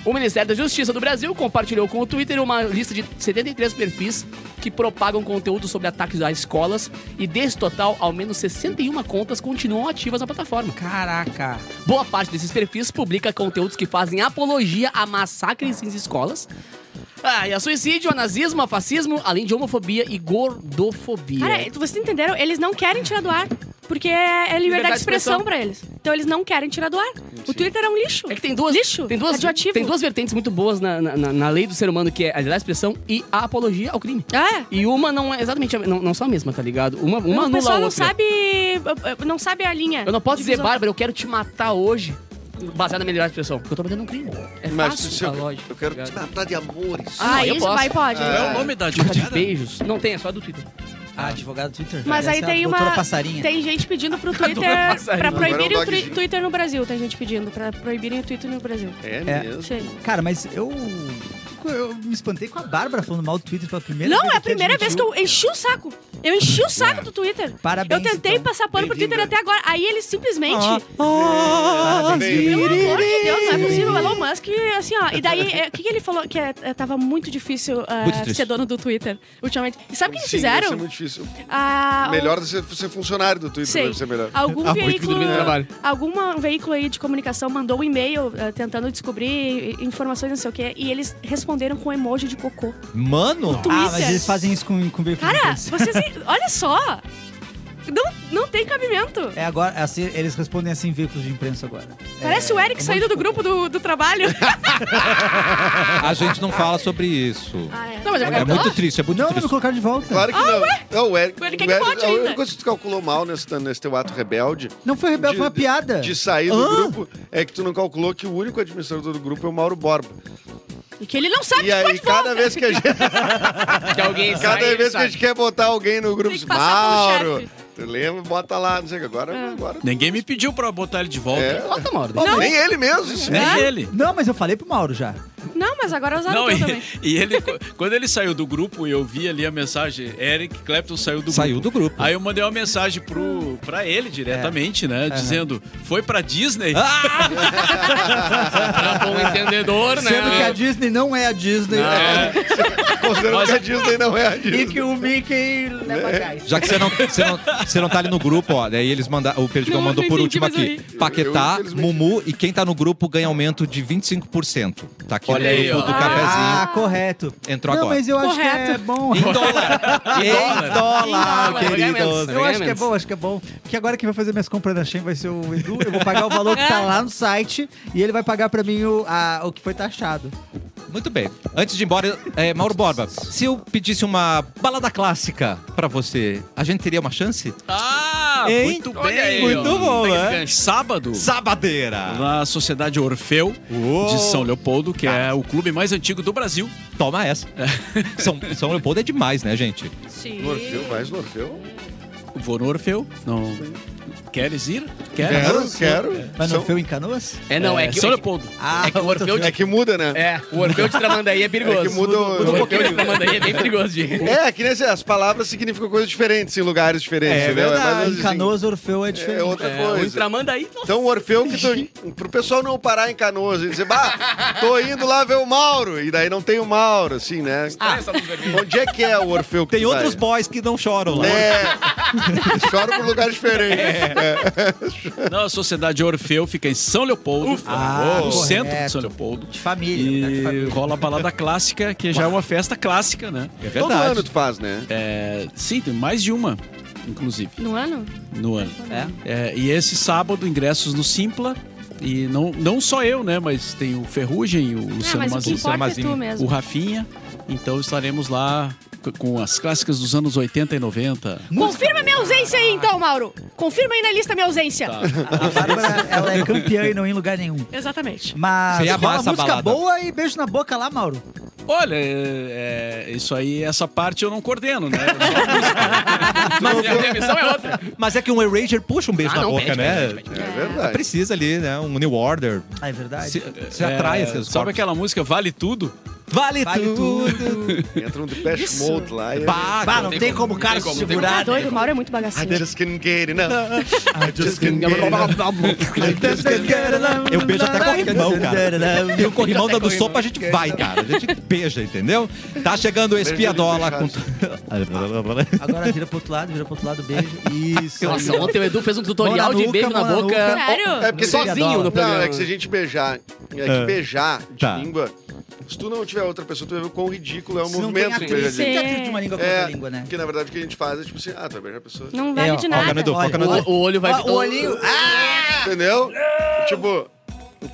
D: O Ministério da Justiça do Brasil compartilhou com o Twitter uma lista de 73 perfis que propagam conteúdo sobre ataques a escolas e desse total, ao menos 61 contas continuam ativas na plataforma.
C: Caraca.
D: Boa parte desses perfis publica conteúdos que fazem apologia a massacres em escolas. Ah, e a suicídio, a nazismo, a fascismo, além de homofobia e gordofobia.
F: Cara, é vocês entenderam? Eles não querem tirar do ar. Porque é, é liberdade, de expressão, pra eles. Então eles não querem tirar do ar. O Twitter é um lixo.
D: é que tem duas,
F: Lixo,
D: tem duas,
F: radioativo.
D: tem duas vertentes muito boas na, na, na- na lei do ser humano, que é a liberdade de expressão e a apologia ao crime.
F: É.
D: E uma não é exatamente, a, não, não são a mesma, tá ligado? Uma, uma
F: o
D: anula a
F: pessoal não
D: outra.
F: sabe, eh, não sabe a linha.
D: Eu não posso dizer,
F: Divisão.
D: Bárbara, eu quero te matar hoje, baseado na minha liberdade de expressão, porque eu tô batendo um crime. É
E: Mas
D: fácil,
E: se
D: tá
E: eu,
D: lógico.
E: eu quero
D: tá
E: te
D: ligado?
E: matar de amores.
D: Ah,
F: Ah,
D: eu
F: isso
D: posso.
F: vai, pode.
G: Qual é o nome da
D: Tipo de
G: advogada?
D: beijos. Não tem, é só do Twitter.
C: A advogada Ah, do Twitter.
F: Mas
C: Essa
F: aí
C: é a
F: tem
C: doutora
F: uma.
C: Passarinha.
F: Tem gente pedindo pro
D: Doutora
F: Twitter
D: Passarinha.
E: Agora
F: pra
E: é o
F: proibirem o twi-
E: dogzinho.
F: Twitter no Brasil. Tem gente pedindo pra proibirem o Twitter no Brasil.
D: Ah,
E: É
C: É.
E: mesmo.
F: Sei.
C: Cara, mas eu. Eu me espantei com a Bárbara falando mal do Twitter pela primeira
F: Não,
C: vez.
F: é a
C: aqui,
F: primeira vez
C: admitiu.
F: que eu enchi o saco. Eu enchi o saco do Twitter.
C: Parabéns,
F: Eu tentei
C: então.
F: passar pano pro Twitter até agora. Aí ele simplesmente.
D: Ah,
E: Parabéns.
F: Pelo amor de Deus, não é possível. O Elon Musk, assim, ó. E daí, é, o que, que ele falou? Que é, é, tava muito difícil ah,
I: Muito difícil.
F: ser dono do Twitter ultimamente. E sabe o que É eles
E: Sim, deve ser
F: fizeram?
E: muito difícil.
F: Ah, um-
E: Melhor ser, ser funcionário do Twitter,
F: Sei.
E: deve ser melhor.
F: Algum veículo,
D: dormindo no trabalho.
F: algum veículo aí de comunicação mandou um e-mail eh, tentando descobrir informações, não sei o quê, e eles responderam com emoji de cocô.
I: Mano,
F: Tu-
C: Ah,
F: Twitter.
C: mas eles fazem isso com, com veículo de
F: Cara,
C: imprensa.
F: vocês. olha só! Não, não tem cabimento.
C: É agora, assim, eles respondem assim veículos de imprensa agora. É,
F: Parece o
C: um
F: Eric saindo do grupo do, do trabalho.
I: a gente não fala sobre isso.
F: Não, mas
I: É muito triste, é muito
C: Não, não me
I: triste.
C: colocaram de volta.
E: Claro que não. Não, o Eric,
F: O Eric é Ah, que pode
E: a
F: ainda.
E: única coisa que tu calculou mal nesse, nesse teu ato rebelde
C: Não foi rebelde,
E: De-
C: foi uma piada.
E: de sair
F: Ah.
E: do grupo é que tu não calculou que o único administrador do grupo é o Mauro Borba.
F: E que ele não sabe
E: E aí, cada vez que a gente,
D: Que alguém
E: cada
D: sai,
E: vez que a
D: sai.
E: gente quer botar alguém no grupo,
F: Tem
E: diz,
F: que passar pelo
E: Mauro, tu lembra, bota lá, não sei o que. Agora, agora.
G: Ninguém me pediu pra botar ele de volta.
E: É.
D: Bota, Mauro.
F: Não.
E: Nem ele mesmo.
G: Nem
F: É?
G: ele.
C: Não, mas eu falei pro Mauro já.
F: Não, mas agora usaram
G: Não,
F: o teu
G: e,
F: também.
G: e ele, quando ele saiu do grupo e eu vi ali a mensagem, Eric Clapton saiu do
I: Saiu
G: grupo.
I: do grupo.
G: Aí eu mandei uma mensagem pro, pra ele diretamente,
I: É.
G: né? Dizendo, foi pra Disney?
I: Ah!
D: Pra bom entendedor, né?
C: Sendo que a Disney não é a Disney.
G: É.
E: Considerando que a Disney não é a
C: E
E: Disney.
C: que o Mickey leva gás.
I: Já que você não, você, não, você não tá ali no grupo, ó, daí eles mandaram, o Perdigão
F: Não,
I: mandou
F: não
I: por
F: entendi,
I: último
F: mas eu
I: aqui. Paquetá,
E: Eu, infelizmente,
I: Mumu e quem tá no grupo ganha aumento de 25%. Tá aqui
G: Olha
I: no
G: aí,
I: grupo
G: ó.
I: do
F: Ah.
I: cafezinho.
C: Ah, correto.
I: Entrou
C: não,
I: agora.
C: mas eu acho que é
F: Correto.
C: bom.
I: Em
A: Então,
I: dólar. em
D: dólar,
I: dólar,
D: vai ganhar menos.
I: queridos.
C: Eu acho que é bom, acho que é bom. Porque agora quem vai fazer minhas compras na Shein vai ser o Edu. Eu vou pagar o valor que tá lá no site e ele vai pagar pra mim o, a- o que foi taxado.
I: Muito bem. Antes de ir embora, é, Mauro Borba, se eu pedisse uma balada clássica pra você, a gente teria uma chance?
G: Ah,
I: Hein?
G: muito bem.
I: Olha aí, Muito ó. bom,
G: Pega
I: né?
G: esse gancho. Sábado,
I: Sabadeira!
G: na Sociedade Orfeu
I: Uou.
G: de São Leopoldo, que é o clube mais antigo do Brasil.
I: Toma essa. São, São Leopoldo é demais, né, gente?
F: Sim.
E: Norfeu, mais Norfeu.
G: Vou no Orfeu. Não. Queres ir?
E: Quero, quero.
C: Mas não
E: São-
C: foi em Canoas?
D: É, não, é, que,
G: São
D: é, que,
G: Leopoldo.
C: Ah,
D: é que o Orfeu de,
E: É que muda, né?
D: é, o Orfeu de Tramandaí é perigoso.
E: É que muda o-
F: um
D: o Orfeu de Tramandaí é bem perigoso, Diego.
E: É, que nem assim, as palavras significam coisas diferentes em lugares diferentes,
A: É
E: entendeu?
A: verdade.
E: mais ou menos
C: Em Canoas, Orfeu é
E: assim,
C: diferente.
E: é outra
D: O
E: coisa.
D: Tramandaí, nossa.
E: Então, o Orfeu, que tu, pro pessoal não parar em Canoas e dizer, bah, tô indo lá ver o Mauro. E daí não tem o Mauro, assim, né? Onde é que é o Orfeu que
A: Tem
E: tu vai?
A: outros boys que não choram lá.
E: É, choro por lugares diferentes.
G: Não, a Sociedade Orfeu fica em São Leopoldo.
C: Ah,
G: no
C: correto.
G: centro de São Leopoldo.
C: De família. né? lugar de
G: E
C: família.
G: rola a balada clássica, que já é uma festa clássica, né?
A: É
E: Todo
A: verdade.
E: ano tu faz, né?
G: É, sim, tem mais de uma, inclusive,
F: No ano?
G: no ano. É, e esse sábado, ingressos no Simpla. E não, não só eu, né? Mas tem o Ferrugem, o
F: Ah,
G: Luciano
F: mas o que
G: Mazzini,
F: importa é tu
A: Mazinho.
G: o
F: mesmo.
G: Rafinha. Então estaremos lá c- com as clássicas dos anos 80 e 90.
F: Confirma minha ausência aí, então, Mauro. Confirma aí na lista minha ausência.
C: A Bárbara, ela é campeã e não ia em lugar nenhum.
F: Exatamente.
C: Mas
A: Você ia amar
C: rola
A: essa
C: música
A: balada.
C: boa e beijo na boca lá, Mauro.
G: Olha, é, é, isso aí, essa parte eu não coordeno, né? Eu só-
D: Mas minha, minha missão é outra.
A: Mas é que um Erasure puxa um beijo
D: Ah,
A: na
D: não,
A: boca,
D: pede,
A: né?
D: pede, pede,
E: É verdade.
A: Precisa ali, né? Um New Order.
C: Ah, é verdade.
A: Se, se atrai
G: é,
A: esses
G: Sabe
A: corpos.
G: aquela música Vale Tudo?
A: Vale,
C: Vale
G: é
A: tudo.
E: Entra um Depeche
F: Isso.
E: Mode lá. E...
A: Pá,
C: Bah, não
D: tem
C: tem,
D: como,
C: como
D: não
C: o cara
D: tem
C: se
D: como, não tem
C: segurar. né?
F: Tá doido, o Mauro é muito
E: I
F: bagaceiro.
E: just can't get enough. I just can't get enough.
A: Eu beijo até corrimão, cara. E o corrimão dando sopa, a gente vai, cara. A gente beija, entendeu? Tá chegando o espiadola com.
C: Agora vira pro outro lado, vira pro outro lado, beijo. Isso.
D: Nossa, ontem o Edu fez um tutorial
C: Mão na
D: de beijo
C: nuca,
D: na
C: mão na
D: boca.
C: nuca.
E: É
F: Sério?
E: porque
D: Sozinho no
E: Não,
D: programa.
E: é que se a gente beijar, é que
A: Ah.
E: beijar de
A: Tá.
E: língua, se tu não tiver outra pessoa, tu vai ver o quão ridículo é
D: um
E: o
C: Se não tem
E: movimento de beijar
C: atriz,
E: de
C: tem
E: língua.
F: Sim.
C: atrito de uma língua com
E: É,
C: outra língua, né?
E: porque na verdade o que a gente faz é tipo assim, ah, tu vai beijar a pessoa.
F: Não vale
C: É, ó,
F: de
C: ó,
A: Foca no
F: nada.
A: Edu, foca no Edu.
D: O, o olho vai...
C: Ó, o olhinho. Ah!
E: Entendeu? Tipo,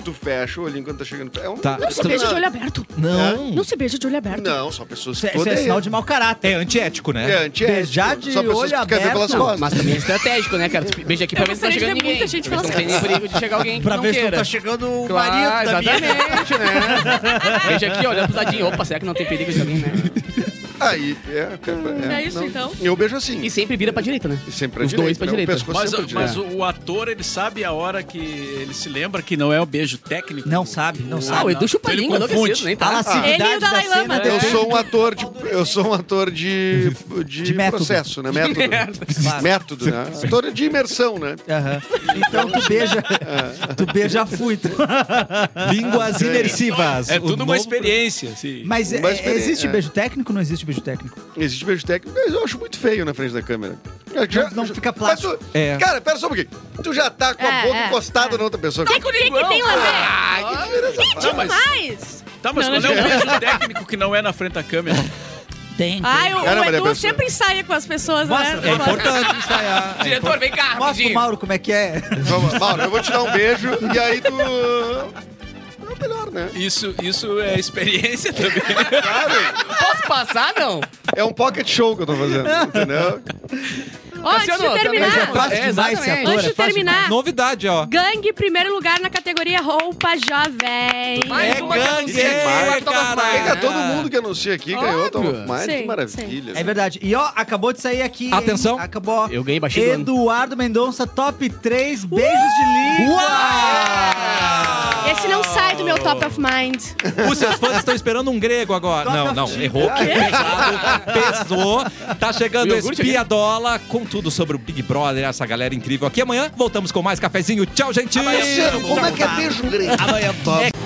E: tu fecha o olhinho quando tá chegando. É um
A: Tá.
F: Não se beija de olho aberto.
D: É?
A: Não.
F: Não se beija de olho aberto.
E: Não, só pessoas
C: Isso
E: que
C: é,
E: tu
C: isso é
E: odeia.
C: sinal de mau caráter.
A: É antiético,
E: É,
A: né?
E: antiético.
C: Beijar de
E: só pessoas
C: olho
E: que tu quer ver pelas
C: aberto.
E: costas.
D: Mas também é estratégico, né, cara? Tu beija aqui pra
F: Eu
D: ver se não tá
F: gostaria de
D: chegando
F: ver
D: ninguém.
F: muita gente
D: Pra ver se não tem
F: falando
D: nem perigo de chegar alguém que
C: Pra
D: não
C: ver se não
D: queira.
C: tá chegando o
D: Claro,
C: marido da minha.
D: exatamente, né? Veja aqui, olhando pro ladinho. Opa, será que não tem perigo de alguém, né?
E: Aí, é, cara,
F: É isso, então.
E: Eu beijo assim.
D: E sempre vira pra direita, né?
E: Sempre pra
D: Os dois
E: direita,
D: pra
E: né?
D: direita.
E: O pescoço
G: Mas,
E: sempre pra
G: mas
E: direita.
G: o, o ator, ele sabe a hora que ele se lembra que não é o beijo técnico.
C: Não sabe, não
D: Ah,
C: sabe.
D: o Edu chupa a
G: Ele
D: língua, não
G: confunde.
D: preciso nem
C: A
D: tá.
C: lascividade
F: Ele e o Dalai
C: da
F: Lama,
C: cena
F: né?
E: Eu
C: depende-
E: sou um ator de. Eu sou um ator de. De,
C: De método.
E: processo, né? Método.
C: Claro. É.
E: Método, né? Ator de imersão, né?
C: Aham. Então tu beija.
D: É.
C: tu beija fuito.
A: Línguas imersivas.
G: É
A: O
G: tudo
A: novo-
G: uma experiência, assim. sim.
C: Mas, é-
E: Mas,
C: é-
E: peraí,
C: existe
E: é.
C: beijo técnico ou não existe beijo técnico?
E: Existe beijo técnico, mas eu acho muito feio na frente da câmera. Eu
C: não fica
E: mas
C: plástico.
E: tu-
A: É.
E: Cara, pera só um pouquinho. Tu já tá com a
F: É,
E: boca
F: é,
E: encostada na outra pessoa.
F: O que, É que tem lá né? dentro?
E: Ai, que diferença. faz?
G: Não, Tá, mas,
F: Mas... Não,
G: tá, mas quando é um beijo técnico que não é na frente da câmera?
C: Tem.
F: Ai, o,
E: Cara,
F: o
E: Maria
F: Edu
E: Bessa.
F: sempre ensaia com as pessoas, né?
A: É importante ensaiar. É
D: Diretor, vem cá,
C: Mostra pro
D: rapidinho.
C: Mauro como é que é.
E: Vamos, Mauro, eu vou te dar um beijo e aí tu. É o melhor, né?
G: Isso, isso é experiência também.
E: Claro.
D: Posso passar, não?
E: É um pocket show que eu tô fazendo, entendeu?
F: Ó, antes de
D: Cassiano,
C: Mas é fácil
D: É,
F: terminar,
C: demais ser
D: exatamente.
C: ator.
F: Ah, Antes
C: é
F: de
C: fácil
F: terminar.
A: Novidade, ó.
F: gangue, primeiro lugar na categoria roupa jovem.
D: Mais
A: É
D: uma camiseta,
A: gangue,
D: mais todas
A: cara.
D: mais.
E: Pega todo mundo que anuncia aqui, ganhou, toma mais
F: Sim,
E: que maravilha. né?
C: É verdade. E ó, acabou de sair aqui. hein?
A: Atenção.
C: Acabou.
D: Eu ganhei baixinho do ano.
C: Eduardo Mendonça, top 3 beijos de língua.
F: Esse não sai do meu top of mind.
A: Os seus fãs estão esperando um grego agora.
C: Toca
A: Não,
C: a
A: não,
C: fita.
A: errou. é Pesado, pesou. Tá chegando
D: O
A: o
D: iogurte
A: Espiadola com tudo sobre o Big Brother, essa galera incrível aqui. Amanhã voltamos com mais cafezinho. Tchau, gente!
E: Marcelo, como é que é beijo grego?
A: É